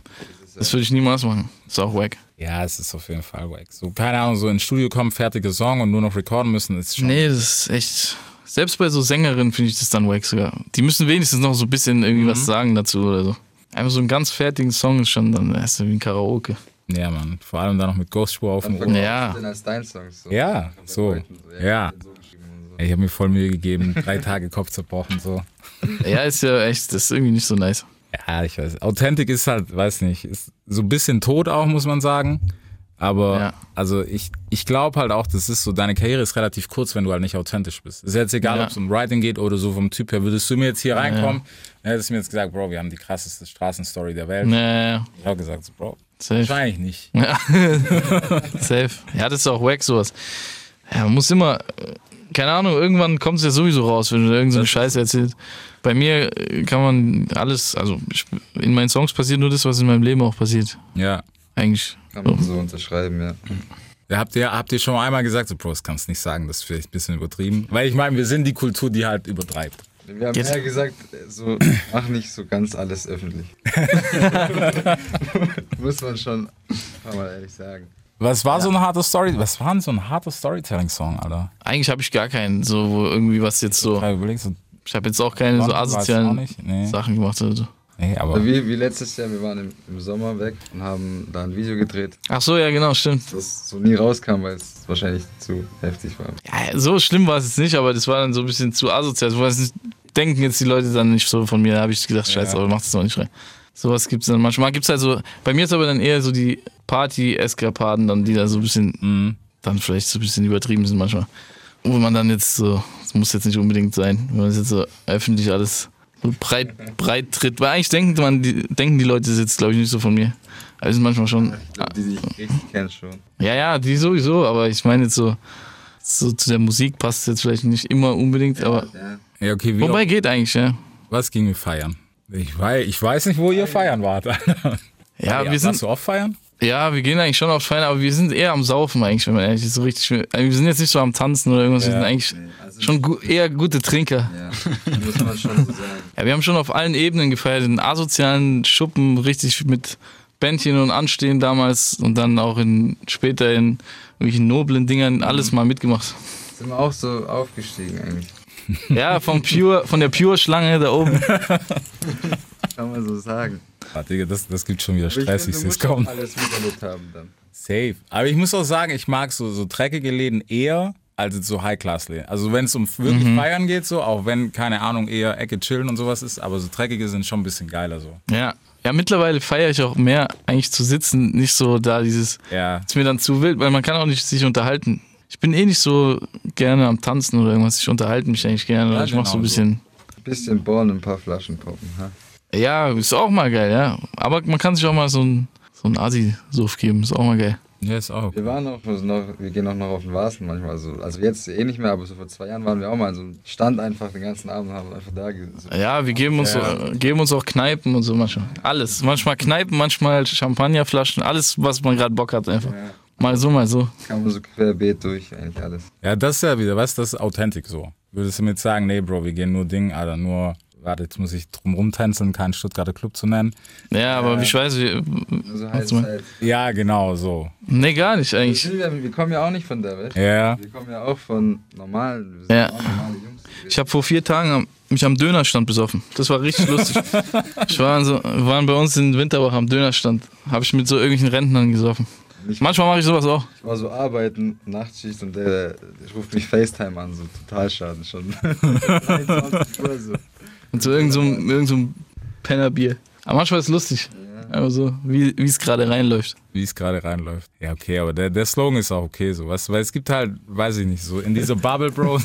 Speaker 6: das würde ich niemals machen. Ist auch wack.
Speaker 1: Ja, es ist auf jeden Fall wack. So, keine Ahnung, so ins Studio kommen, fertige Song und nur noch recorden müssen, ist schon.
Speaker 6: Nee, das ist echt. Selbst bei so Sängerinnen finde ich das dann wack sogar. Die müssen wenigstens noch so ein bisschen irgendwie was sagen dazu oder so. Einfach so einen ganz fertigen Song ist schon dann erst wie ein Karaoke.
Speaker 1: Ja, Mann. Vor allem dann noch mit Ghostspur auf dem Ohr.
Speaker 6: Ja.
Speaker 7: Denn als dein Song. So.
Speaker 1: Ja, so.
Speaker 7: Leuten, so,
Speaker 1: Ja.
Speaker 7: so geschrieben und so.
Speaker 1: Ey, Ich habe mir voll Mühe gegeben, drei Tage Kopf zerbrochen, so.
Speaker 6: Ja, ist ja echt, das ist irgendwie nicht so nice.
Speaker 1: Ja, ich weiß. Authentik ist halt, weiß nicht, ist so ein bisschen tot auch, muss man sagen. Aber
Speaker 6: Ja.
Speaker 1: also ich, ich glaube halt auch, das ist so, deine Karriere ist relativ kurz, wenn du halt nicht authentisch bist. Ist jetzt egal,
Speaker 6: Ja.
Speaker 1: ob es um Writing geht oder so vom Typ her, würdest du mir jetzt hier reinkommen, dann hättest du mir jetzt gesagt, Bro, wir haben die krasseste Straßenstory der Welt.
Speaker 6: Nee,
Speaker 1: Ich habe gesagt, so, Bro,
Speaker 6: safe.
Speaker 1: wahrscheinlich nicht.
Speaker 6: Ja. safe. Ja, das ist auch wack, sowas. Ja, man muss immer, äh, keine Ahnung, irgendwann kommt es ja sowieso raus, wenn du irgendeine so eine Scheiße erzählst. Bei mir äh, kann man alles, also ich, in meinen Songs passiert nur das, was in meinem Leben auch passiert.
Speaker 1: Ja.
Speaker 6: Eigentlich.
Speaker 7: Kann man so unterschreiben, ja.
Speaker 1: Ja, Habt ihr, habt ihr schon einmal gesagt, so, Bro, das kannst du nicht sagen, das ist vielleicht ein bisschen übertrieben. Weil ich meine, wir sind die Kultur, die halt übertreibt.
Speaker 7: Wir haben
Speaker 6: Jetzt-
Speaker 7: ja gesagt, so, mach nicht so ganz alles öffentlich. Muss man schon ein paar Mal ehrlich sagen.
Speaker 1: Was war so ein harter Story? Was war denn so ein harter Storytelling-Song, Alter?
Speaker 6: Eigentlich habe ich gar keinen, so wo irgendwie was jetzt so.
Speaker 1: Gerade überlegst du,
Speaker 6: Ich habe jetzt auch keine so
Speaker 1: London weiß ich auch
Speaker 6: asozialen
Speaker 1: nicht, nee.
Speaker 6: Sachen gemacht oder so.
Speaker 1: nee, aber.
Speaker 7: Also wie, wie letztes Jahr, wir waren im, im Sommer weg und haben da ein Video gedreht,
Speaker 6: Ach so, ja genau, stimmt.
Speaker 7: das so nie rauskam, weil es wahrscheinlich zu heftig war.
Speaker 6: Ja, so schlimm war es jetzt nicht, aber das war dann so ein bisschen zu asozial. So was nicht, denken jetzt die Leute dann nicht so von mir. Da habe ich gedacht, scheiße, aber mach das noch nicht rein. Sowas gibt es dann manchmal. Gibt's halt so, bei mir ist aber dann eher so die Party-Eskapaden, dann, die da so ein bisschen,
Speaker 1: Mhm.
Speaker 6: dann vielleicht so ein bisschen übertrieben sind manchmal. Wo man dann jetzt so, das muss jetzt nicht unbedingt sein, wenn man das jetzt so öffentlich alles so breit, breit tritt. Weil eigentlich denkt man, die, denken die Leute das jetzt, glaube ich, nicht so von mir. Aber es ist manchmal schon.
Speaker 7: Ich glaube, Also die, die ich richtig kenne schon.
Speaker 6: Ja, ja, die sowieso, aber ich meine jetzt so, so zu der Musik passt es jetzt vielleicht nicht immer unbedingt, aber.
Speaker 7: Ja.
Speaker 1: Ja, okay, wie
Speaker 6: Wobei geht eigentlich, ja.
Speaker 1: was ging wir feiern? Ich weiß, ich weiß nicht, wo ihr feiern wart. Alter.
Speaker 6: Ja,
Speaker 1: Ja,
Speaker 6: wir
Speaker 1: warst
Speaker 6: sind,
Speaker 1: du oft feiern?
Speaker 6: ja, wir gehen eigentlich schon auf Feiern, aber wir sind eher am Saufen eigentlich, wenn man ehrlich ist, so richtig. Wir wir sind jetzt nicht so am Tanzen oder irgendwas, wir sind eigentlich
Speaker 7: also-
Speaker 6: schon gu eher gute Trinker.
Speaker 7: Ja, muss man schon so sagen.
Speaker 6: Ja, wir haben schon auf allen Ebenen gefeiert, in asozialen Schuppen, richtig mit Bändchen und Anstehen damals und dann auch in, später in irgendwelchen noblen Dingern
Speaker 7: Mhm.
Speaker 6: alles mal mitgemacht.
Speaker 7: Sind wir auch so aufgestiegen eigentlich.
Speaker 6: Ja, vom Pure, von der Pure-Schlange da oben.
Speaker 7: Kann man so sagen.
Speaker 1: Ah, Digga, das, das gibt schon wieder
Speaker 7: Aber ich
Speaker 1: Stress, wie
Speaker 7: finde, du
Speaker 1: es
Speaker 7: musst
Speaker 1: kommt.
Speaker 7: schon alles miterlebt haben dann.
Speaker 1: Safe. Aber ich muss auch sagen, ich mag so, so dreckige Läden eher als so High Class Läden. Also wenn es um wirklich Feiern geht, so auch wenn keine Ahnung eher Ecke chillen und sowas ist, aber so dreckige sind schon ein bisschen geiler so.
Speaker 6: Ja. Ja, mittlerweile feiere ich auch mehr, eigentlich zu sitzen, nicht so da dieses,
Speaker 1: Ja.
Speaker 6: ist mir dann zu wild, weil man kann auch nicht sich unterhalten. Ich bin eh nicht so gerne am Tanzen oder irgendwas, ich unterhalte mich eigentlich gerne,
Speaker 1: Ja,
Speaker 6: ich mache so ein
Speaker 1: genau so.
Speaker 6: bisschen,
Speaker 7: Bisschen Born und ein paar Flaschen poppen. Ha?
Speaker 6: ja, ist auch mal geil, ja. Aber man kann sich auch mal so ein, so ein Asi-Suff geben, ist auch mal geil.
Speaker 1: Ja, ist auch.
Speaker 7: Wir waren auch also noch, wir gehen auch noch auf den Vasen manchmal so. Also jetzt eh nicht mehr, aber so vor zwei Jahren waren wir auch mal in so einem Stand einfach den ganzen Abend und haben einfach da gesessen.
Speaker 6: Ah, Ja, wir geben uns, So, geben uns auch Kneipen und so manchmal. Alles. Manchmal Kneipen, manchmal Champagnerflaschen, alles, was man gerade Bock hat einfach. Mal so, mal so.
Speaker 7: Kam so querbeet durch, eigentlich alles.
Speaker 1: Ja, das ist ja wieder, weißt du, das ist authentisch so. Würdest du mir jetzt sagen, nee, Bro, wir gehen nur Ding, Alter, nur, warte, jetzt muss ich drum rumtänzeln, keinen Stuttgarter Club zu nennen.
Speaker 6: Ja, aber ich weiß, wir.
Speaker 7: So
Speaker 6: Was
Speaker 7: heißt
Speaker 6: du
Speaker 7: es
Speaker 6: meinst?
Speaker 7: halt.
Speaker 1: Ja, genau, so.
Speaker 6: Nee, gar nicht
Speaker 7: Ich,
Speaker 6: eigentlich.
Speaker 7: wir, wir kommen ja auch nicht von der Welt.
Speaker 1: Ja.
Speaker 7: Wir kommen ja auch von normalen, wir sind
Speaker 6: Ja.
Speaker 7: auch normale Jungs. gewesen.
Speaker 6: Ich habe vor vier Tagen am, mich am Dönerstand besoffen. Das war richtig lustig. Ich war so, wir waren bei uns in Winterbach am Dönerstand. Habe ich mit so irgendwelchen Rentnern gesoffen. Manchmal mache ich sowas auch.
Speaker 7: Ich war so arbeiten, Nachtschicht und der, der ruft mich FaceTime an, so total schaden schon. 23 Uhr so.
Speaker 6: Mit so irgendeinem so, einem- irgend so einem Pennerbier. Aber manchmal ist es lustig. Aber so, wie wie es gerade reinläuft.
Speaker 1: Wie es gerade reinläuft. Ja, okay, aber der, der Slogan ist auch okay, so, weißt du, weil es gibt halt, weiß ich nicht, so in dieser Bubble, Bro.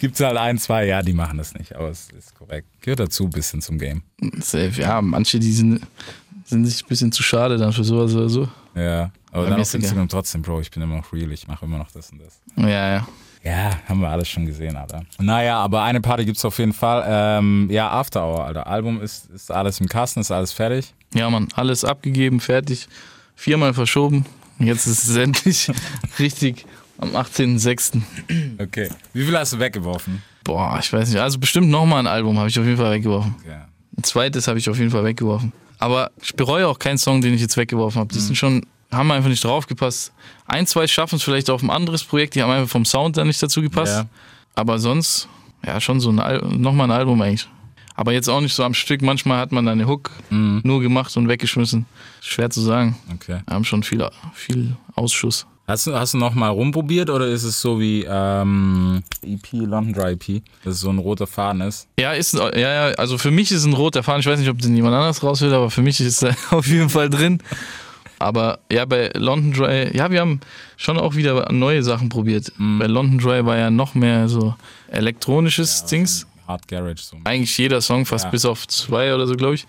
Speaker 1: Gibt's halt ein, zwei, ja, die machen das nicht, aber es ist korrekt. Gehört dazu ein bisschen zum Game.
Speaker 6: Safe, ja, manche, die sind, sind sich ein bisschen zu schade dann für sowas oder so.
Speaker 1: Ja. Aber
Speaker 6: Ja,
Speaker 1: dann
Speaker 6: mir
Speaker 1: auf
Speaker 6: ist egal.
Speaker 1: Instagram trotzdem, Bro, ich bin immer noch real, ich mache immer noch das und das.
Speaker 6: Ja, ja.
Speaker 1: Ja, haben wir alles schon gesehen, Alter. Naja, aber eine Party gibt's auf jeden Fall. Ähm, ja, After Hour, Alter. Album ist, ist alles im Kasten, ist alles fertig.
Speaker 6: Ja, Mann, alles abgegeben, fertig. Viermal verschoben. Und Jetzt ist es endlich richtig am 18.06.
Speaker 1: Okay. Wie viel hast du weggeworfen?
Speaker 6: Boah, ich weiß nicht. Also bestimmt nochmal ein Album habe ich auf jeden Fall weggeworfen.
Speaker 1: Ja.
Speaker 6: Ein zweites habe ich auf jeden Fall weggeworfen. Aber ich bereue auch keinen Song, den ich jetzt weggeworfen habe. Die
Speaker 1: Mhm.
Speaker 6: sind schon, haben einfach nicht draufgepasst. Ein, zwei schaffen es vielleicht auf ein anderes Projekt, die haben einfach vom Sound dann nicht dazu gepasst.
Speaker 1: Ja.
Speaker 6: Aber sonst, ja, schon so ein Al nochmal ein Album eigentlich. Aber jetzt auch nicht so am Stück. Manchmal hat man dann eine Hook nur gemacht und weggeschmissen. Schwer zu sagen.
Speaker 1: Mhm. Okay.
Speaker 6: Wir haben schon viel, viel Ausschuss.
Speaker 1: Hast du, hast du nochmal rumprobiert oder ist es so wie ähm,
Speaker 6: E
Speaker 1: EP, London Dry EP, dass es so ein roter Faden ist?
Speaker 6: Ja, ist, ja, ja, also für mich ist ein roter Faden. Ich weiß nicht, ob den jemand anders rausführt, aber für mich ist er auf jeden Fall drin. Aber ja, bei London Dry, ja, wir haben schon auch wieder neue Sachen probiert. Bei London Dry war ja noch mehr so elektronisches Dings.
Speaker 1: Hard Garage so.
Speaker 6: Eigentlich jeder Song, fast bis auf zwei oder so, glaube ich.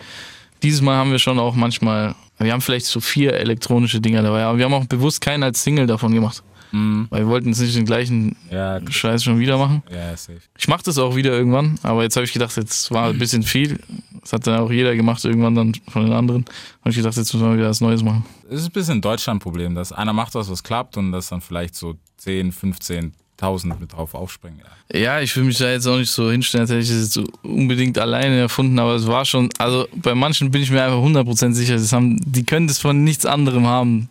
Speaker 6: Dieses Mal haben wir schon auch manchmal, wir haben vielleicht so vier elektronische Dinger dabei, aber wir haben auch bewusst keinen als Single davon gemacht. Weil wir wollten jetzt nicht den gleichen
Speaker 1: Ja, gut.
Speaker 6: Scheiß schon wieder machen.
Speaker 1: ja, safe.
Speaker 6: Ich mache das auch wieder irgendwann, aber jetzt habe ich gedacht, jetzt war ein bisschen viel. Das hat dann auch jeder gemacht, irgendwann dann von den anderen. Habe ich gedacht, jetzt müssen wir wieder was Neues machen.
Speaker 1: Es ist ein bisschen ein Deutschland-Problem, dass einer macht was, was klappt und dass dann vielleicht so 10, 15.000 mit drauf aufspringen. Ja.
Speaker 6: Ja, ich will mich da jetzt auch nicht so hinstellen, als hätte ich das jetzt so unbedingt alleine erfunden, aber es war schon, also bei manchen bin ich mir einfach 100% sicher, das haben, die können das von nichts anderem haben.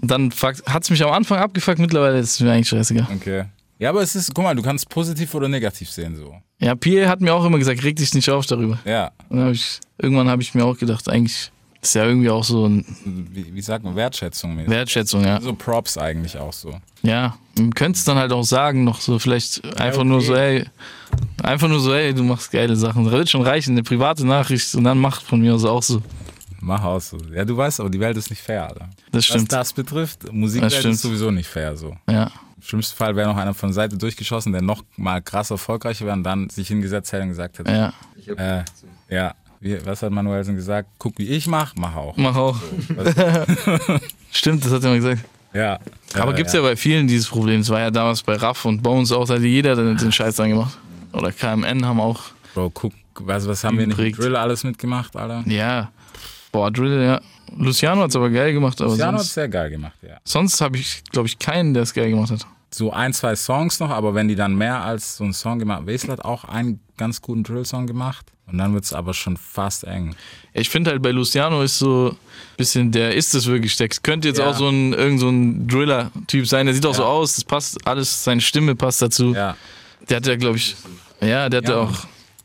Speaker 6: Und Dann hat es mich am Anfang abgefuckt, mittlerweile ist es mir eigentlich scheißegal.
Speaker 1: Okay. Ja, aber es ist, guck mal, du kannst positiv oder negativ sehen so.
Speaker 6: Ja, Pierre hat mir auch immer gesagt, reg dich nicht auf darüber.
Speaker 1: Ja.
Speaker 6: Und dann hab ich, irgendwann habe ich mir auch gedacht, eigentlich ist ja irgendwie auch so eine
Speaker 1: Wie, wie sagt man, Wertschätzung. mäßig.
Speaker 6: Wertschätzung, ja.
Speaker 1: so Props eigentlich auch so.
Speaker 6: Ja, man könnte es dann halt auch sagen, noch so vielleicht einfach nur so, ey, einfach nur so, ey, du machst geile Sachen. Das wird schon reichen, eine private Nachricht und dann macht von mir aus auch so.
Speaker 1: Mach aus so. Ja, du weißt aber, die Welt ist nicht fair, Alter.
Speaker 6: Das stimmt.
Speaker 1: Was das betrifft, Musikwelt
Speaker 6: Das stimmt.
Speaker 1: ist sowieso nicht fair so.
Speaker 6: Ja.
Speaker 1: Im schlimmsten Fall wäre noch einer von der Seite durchgeschossen, der noch mal krass erfolgreicher wäre und dann sich hingesetzt hätte und gesagt hätte,
Speaker 6: Ja,
Speaker 7: Ich hab,
Speaker 1: äh, ja, wie, was hat Manuelsen gesagt? Guck, wie ich mach, mach auch.
Speaker 6: mach auch. Stimmt, das hat er mal gesagt.
Speaker 1: Ja.
Speaker 6: Aber
Speaker 1: Äh,
Speaker 6: gibt's ja bei vielen dieses Problem. Es war ja damals bei Raff und Bones auch, da hat jeder den, den Scheiß dann gemacht. Oder KMN haben auch,
Speaker 1: Bro, guck, was, was haben wir nicht mit
Speaker 6: Geprägt.
Speaker 1: Drill alles mitgemacht, Alter?
Speaker 6: ja, boah, Drill, ja. Luciano hat's aber geil gemacht, aber
Speaker 1: Luciano hat
Speaker 6: sonst,
Speaker 1: sehr geil gemacht, ja.
Speaker 6: sonst habe ich, glaube ich, keinen, der es geil gemacht hat.
Speaker 1: So ein, zwei Songs noch, aber wenn die dann mehr als so einen Song gemacht Wesel hat auch einen ganz guten Drill-Song gemacht und dann wird's aber schon fast eng.
Speaker 6: Ich finde halt bei Luciano ist so ein bisschen, der ist es wirklich, der könnte jetzt
Speaker 1: Ja.
Speaker 6: auch so ein, irgend so ein Driller-Typ sein, der sieht auch so aus, das passt alles, seine Stimme passt dazu.
Speaker 1: Ja.
Speaker 6: Der hat ja, glaube ich, ja, der hat ja.
Speaker 1: Ja.
Speaker 6: auch,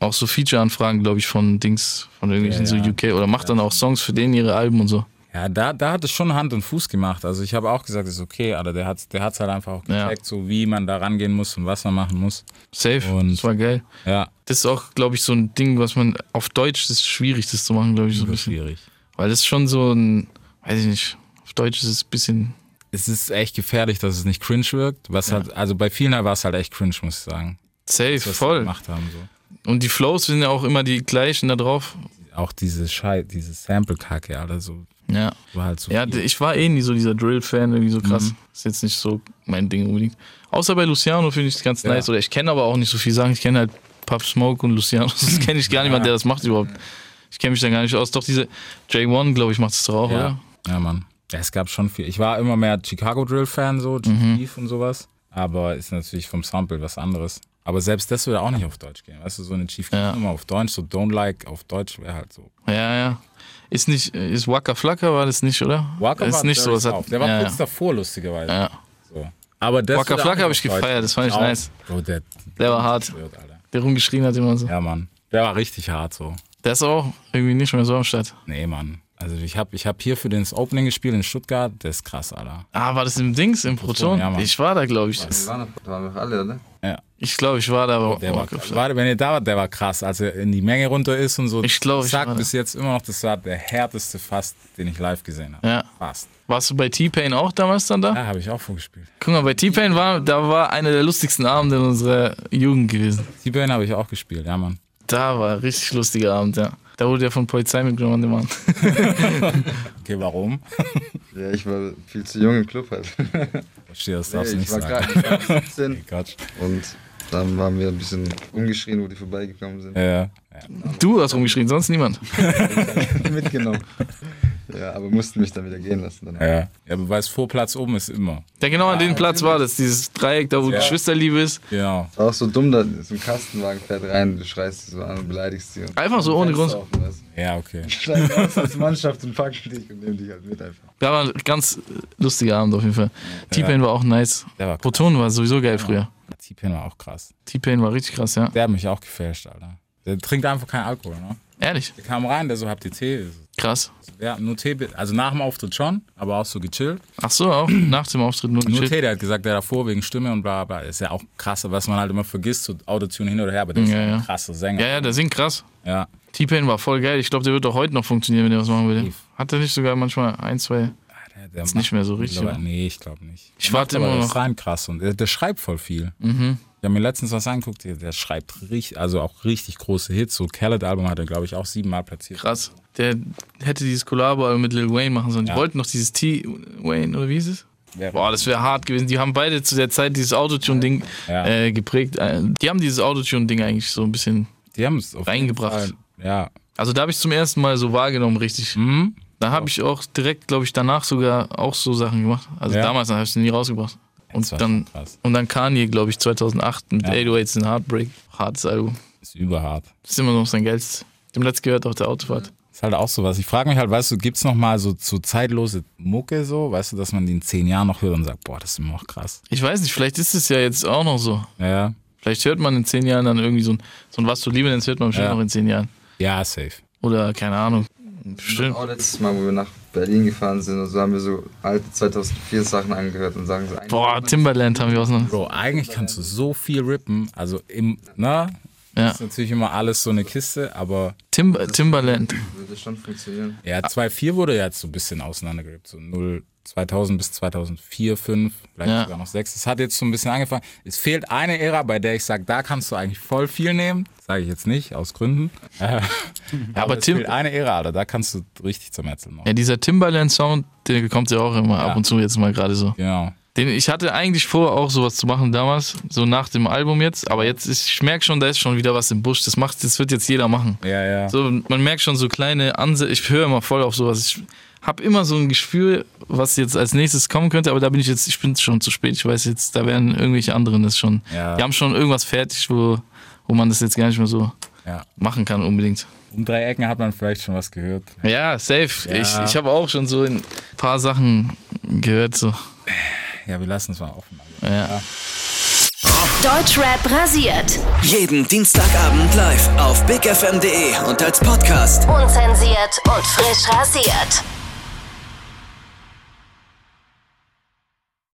Speaker 6: auch so Feature-Anfragen, glaube ich, von Dings, von irgendwelchen
Speaker 1: Ja, ja.
Speaker 6: so UK oder macht dann auch Songs für den ihre Alben und so.
Speaker 1: Ja, da, da hat es schon Hand und Fuß gemacht. Also ich habe auch gesagt, es ist okay, aber der hat es der hat's halt einfach auch
Speaker 6: Ja.
Speaker 1: gecheckt, so wie man da rangehen muss und was man machen muss.
Speaker 6: Safe.
Speaker 1: Und-
Speaker 6: das war geil.
Speaker 1: Ja,
Speaker 6: Das ist auch, glaube ich, so ein Ding, was man auf Deutsch das ist schwierig, das zu machen, glaube ich, so ein bisschen.
Speaker 1: schwierig.
Speaker 6: Weil das ist schon so ein, weiß ich nicht, auf Deutsch ist es ein bisschen.
Speaker 1: Es ist echt gefährlich, dass es nicht cringe wirkt. Was halt, also bei vielen war es halt echt cringe, muss ich sagen.
Speaker 6: Safe,
Speaker 1: Was sie
Speaker 6: voll.
Speaker 1: gemacht haben. So.
Speaker 6: Und die Flows sind ja auch immer die gleichen da drauf.
Speaker 1: Auch diese Schei diese Sample-Kacke, Alter, so
Speaker 6: Ja.
Speaker 1: war halt so.
Speaker 6: Ja,
Speaker 1: viel.
Speaker 6: d- ich war eh nie so dieser Drill-Fan, irgendwie so
Speaker 1: Mhm.
Speaker 6: krass. Ist jetzt nicht so mein Ding unbedingt. Außer bei Luciano finde ich es ganz
Speaker 1: Ja.
Speaker 6: nice. Oder ich kenne aber auch nicht so viel Sachen. Ich kenne halt Puff Smoke und Luciano. Das kenne ich gar niemand, der das macht überhaupt. Ich kenne mich da gar nicht aus. Doch diese J One, glaube ich, macht es doch auch,
Speaker 1: ja.
Speaker 6: oder?
Speaker 1: ja, Mann. Ja, es gab schon viel. Ich war immer mehr Chicago Drill-Fan, so,
Speaker 6: Mhm.
Speaker 1: Chief und sowas. Aber ist natürlich vom Soundbild was anderes. Aber selbst das würde auch nicht auf Deutsch gehen. Weißt du, so eine Chief
Speaker 6: Ja.
Speaker 1: ja. immer auf Deutsch, so Don't Like auf Deutsch wäre halt so.
Speaker 6: Ja, ja. Ist nicht, ist Waka Flocka war das nicht, oder?
Speaker 1: Waka
Speaker 6: ist
Speaker 1: war
Speaker 6: nicht
Speaker 1: very
Speaker 6: so.
Speaker 1: soft. Der war
Speaker 6: ja,
Speaker 1: kurz
Speaker 6: ja.
Speaker 1: davor, lustigerweise.
Speaker 6: Ja.
Speaker 1: So. Aber das
Speaker 6: Waka
Speaker 1: würde auch
Speaker 6: Flocka
Speaker 1: nicht
Speaker 6: hab
Speaker 1: auf
Speaker 6: ich
Speaker 1: Deutsch
Speaker 6: gefeiert,
Speaker 1: gehen.
Speaker 6: das fand ich
Speaker 1: Auch.
Speaker 6: nice.
Speaker 1: Bro, der,
Speaker 6: Der war hart.
Speaker 1: wird, Alter.
Speaker 6: Der rumgeschrien hat immer so.
Speaker 1: Ja, Mann. Der war richtig hart so.
Speaker 6: Der ist auch irgendwie nicht mehr so am Start.
Speaker 1: Nee, Mann. Also ich habe ich hab hier für den das Opening gespielt in Stuttgart. Das ist krass, Alter.
Speaker 6: Ah, war das im Dings, im Proton?
Speaker 1: ja, Mann.
Speaker 6: ich war da, glaube ich.
Speaker 7: Wir waren doch- waren wir alle, oder?
Speaker 6: Ich glaube, ich war da, aber
Speaker 1: Der war,
Speaker 6: Waka Flocka.
Speaker 1: warte, wenn ihr da wart, der war krass. Als er in die Menge runter ist und so.
Speaker 6: Ich glaub, ich
Speaker 1: Zack,
Speaker 6: war da.
Speaker 1: bis jetzt immer noch, das war der härteste Fast, den ich live gesehen habe.
Speaker 6: Ja.
Speaker 1: Fast.
Speaker 6: Warst du bei T-Pain auch damals dann da?
Speaker 1: Da habe ich auch vorgespielt.
Speaker 6: Guck mal, bei T-Pain war, da war einer der lustigsten Abende in unserer Jugend gewesen.
Speaker 1: T-Bane habe ich auch gespielt, ja, Mann.
Speaker 6: Da war ein richtig lustiger Abend, ja. Da wurde er von Polizei mitgenommen, der Mann.
Speaker 1: Okay, warum?
Speaker 7: Ja, ich war viel zu jung im Club halt.
Speaker 1: Verstehe, das
Speaker 7: Nee,
Speaker 1: darfst du
Speaker 7: ich
Speaker 1: nicht
Speaker 7: war
Speaker 1: sagen.
Speaker 7: gerade ich war 17
Speaker 1: Quatsch.
Speaker 7: und dann waren wir ein bisschen umgeschrien, wo die vorbeigekommen sind.
Speaker 1: Äh,
Speaker 6: Du hast rumgeschrien, sonst niemand.
Speaker 7: Mitgenommen. Ja, aber mussten mich dann wieder gehen lassen. Dann.
Speaker 1: ja. ja, aber weil es vor Platz oben ist immer.
Speaker 6: Ja, genau an dem Platz war das, dieses Dreieck, da wo Geschwisterliebe ist.
Speaker 1: Genau.
Speaker 7: War auch so dumm, da so ein Kastenwagen fährt rein, du schreist die so an und beleidigst sie. Und
Speaker 6: Einfach so ohne Grund.
Speaker 7: Offen, weißt du.
Speaker 1: Ja, okay.
Speaker 7: Steigen aus als Mannschaft und packen dich und nehmen dich halt mit einfach.
Speaker 6: Da war ein ganz lustiger Abend auf jeden Fall. T-Pain war auch nice.
Speaker 1: Der war krass.
Speaker 6: Proton war sowieso geil früher.
Speaker 1: T-Pain war auch krass.
Speaker 6: T-Pain war richtig krass, ja.
Speaker 1: Der hat mich auch gefälscht, Alter. Der trinkt einfach keinen Alkohol, ne?
Speaker 6: Ehrlich,
Speaker 1: Der kam rein, der so, habt ihr Tee?
Speaker 6: krass.
Speaker 1: Ja, nur Tee, bitte. also nach dem Auftritt schon, aber auch so gechillt.
Speaker 6: Ach so, auch nach dem Auftritt nur
Speaker 1: Nur
Speaker 6: gechillt.
Speaker 1: Tee, der hat gesagt, der davor wegen Stimme und bla bla. Ist ja auch krass, was man halt immer vergisst, so Autotune hin oder her, aber der ist
Speaker 6: Ja,
Speaker 1: ein
Speaker 6: ja.
Speaker 1: krasser Sänger.
Speaker 6: Ja, ja, der singt krass.
Speaker 1: ja.
Speaker 6: T-Pain war voll geil. Ich glaube, der wird auch heute noch funktionieren, wenn er was machen würde.
Speaker 1: Safe.
Speaker 6: Hat er nicht sogar manchmal ein, zwei.
Speaker 1: Der, der ist
Speaker 6: nicht mehr so richtig, oder?
Speaker 1: nee, ich glaube nicht.
Speaker 6: Ich
Speaker 1: Der
Speaker 6: warte
Speaker 1: macht aber
Speaker 6: immer
Speaker 1: das
Speaker 6: noch. Mhm.
Speaker 1: rein krass und äh, der, der schreibt voll viel. Ich habe mir letztens was angeguckt, der, der schreibt richtig, also auch richtig große Hits. So Khaled-Album hat er, glaube ich, auch siebenmal platziert.
Speaker 6: Krass. Der hätte dieses Kollabo mit Lil Wayne machen sollen. Die
Speaker 1: Ja.
Speaker 6: wollten noch dieses T-Wayne, oder wie hieß es?
Speaker 1: Ja.
Speaker 6: Boah, das wäre hart gewesen. Die haben beide zu der Zeit dieses Autotune-Ding
Speaker 1: Ja.
Speaker 6: äh, geprägt. Äh, Die haben dieses Autotune-Ding eigentlich so ein bisschen.
Speaker 1: Die haben es auf jeden
Speaker 6: Reingebracht.
Speaker 1: Fall- Ja,
Speaker 6: Also da habe ich zum ersten Mal so wahrgenommen, richtig.
Speaker 1: Mhm.
Speaker 6: Da habe ich auch direkt, glaube ich, danach sogar auch so Sachen gemacht. Also
Speaker 1: Ja.
Speaker 6: damals habe ich es nie rausgebracht.
Speaker 1: das war
Speaker 6: Und dann,
Speaker 1: schon krass.
Speaker 6: und dann Kanye, glaube ich, 2008 mit
Speaker 1: Ja.
Speaker 6: 808s in Heartbreak. Hartes Album.
Speaker 1: ist überhart.
Speaker 6: Das ist immer noch sein Geilstes. Dem letzten gehört auf der Autofahrt.
Speaker 1: Ist halt auch sowas. Ich frage mich halt, weißt du, gibt's noch mal so, so zeitlose Mucke so, weißt du, dass man die in zehn Jahren noch hört und sagt, boah, das ist immer noch krass.
Speaker 6: Ich weiß nicht, vielleicht ist es ja jetzt auch noch so.
Speaker 1: Ja,
Speaker 6: Vielleicht hört man in zehn Jahren dann irgendwie so ein, so ein Was du liebe, das hört man bestimmt
Speaker 1: Ja.
Speaker 6: noch in zehn Jahren.
Speaker 1: ja safe.
Speaker 6: Oder keine Ahnung. Bestimmt.
Speaker 7: Auch letztes Mal, wo wir nach Berlin gefahren sind, und so haben wir so alte 2004 Sachen angehört und sagen so, eigentlich-
Speaker 6: Boah, Timberland haben wir auseinander.
Speaker 1: Bro, eigentlich kannst du so viel rippen, also im, na,
Speaker 6: Ja.
Speaker 1: ist natürlich immer alles so eine Kiste, aber
Speaker 6: Tim Timberland.
Speaker 7: würde schon funktionieren.
Speaker 1: ja,
Speaker 6: Ah.
Speaker 1: 2.4 wurde ja jetzt so ein bisschen auseinandergerippt, so 0, 2000 bis 2004, 5, vielleicht
Speaker 6: Ja.
Speaker 1: sogar noch 6. Das hat jetzt so ein bisschen angefangen. Es fehlt eine Ära, bei der ich sage, da kannst du eigentlich voll viel nehmen. Sage ich jetzt nicht, aus Gründen. aber,
Speaker 6: Aber
Speaker 1: es
Speaker 6: Tim-
Speaker 1: fehlt eine Ära, Alter, da kannst du richtig zermetzeln noch.
Speaker 6: Ja, dieser Timberland-Sound, der kommt ja auch immer ab und zu jetzt mal gerade so.
Speaker 1: Genau.
Speaker 6: Den, ich hatte eigentlich vor, auch sowas zu machen damals, so nach dem Album jetzt. Aber jetzt, ist, ich merke schon, da ist schon wieder was im Busch. Das, macht, das wird jetzt jeder machen.
Speaker 1: Ja, ja.
Speaker 6: So, man merkt schon so kleine Ansätze. Ich höre immer voll auf sowas. Ich habe immer so ein Gespür, was jetzt als nächstes kommen könnte, aber da bin ich jetzt, ich bin schon zu spät. Ich weiß jetzt, da werden irgendwelche anderen das schon.
Speaker 1: Ja.
Speaker 6: Die haben schon irgendwas fertig, wo, wo man das jetzt gar nicht mehr so
Speaker 1: Ja.
Speaker 6: machen kann unbedingt.
Speaker 1: Um drei Ecken hat man vielleicht schon was gehört.
Speaker 6: Ja, safe. Ich, ich habe auch schon so ein paar Sachen gehört. So.
Speaker 1: Ja, wir lassen es mal offen.
Speaker 6: Ja.
Speaker 5: Deutschrap rasiert.
Speaker 4: Jeden Dienstagabend live auf bigfm.de und als Podcast.
Speaker 5: Unzensiert und frisch rasiert.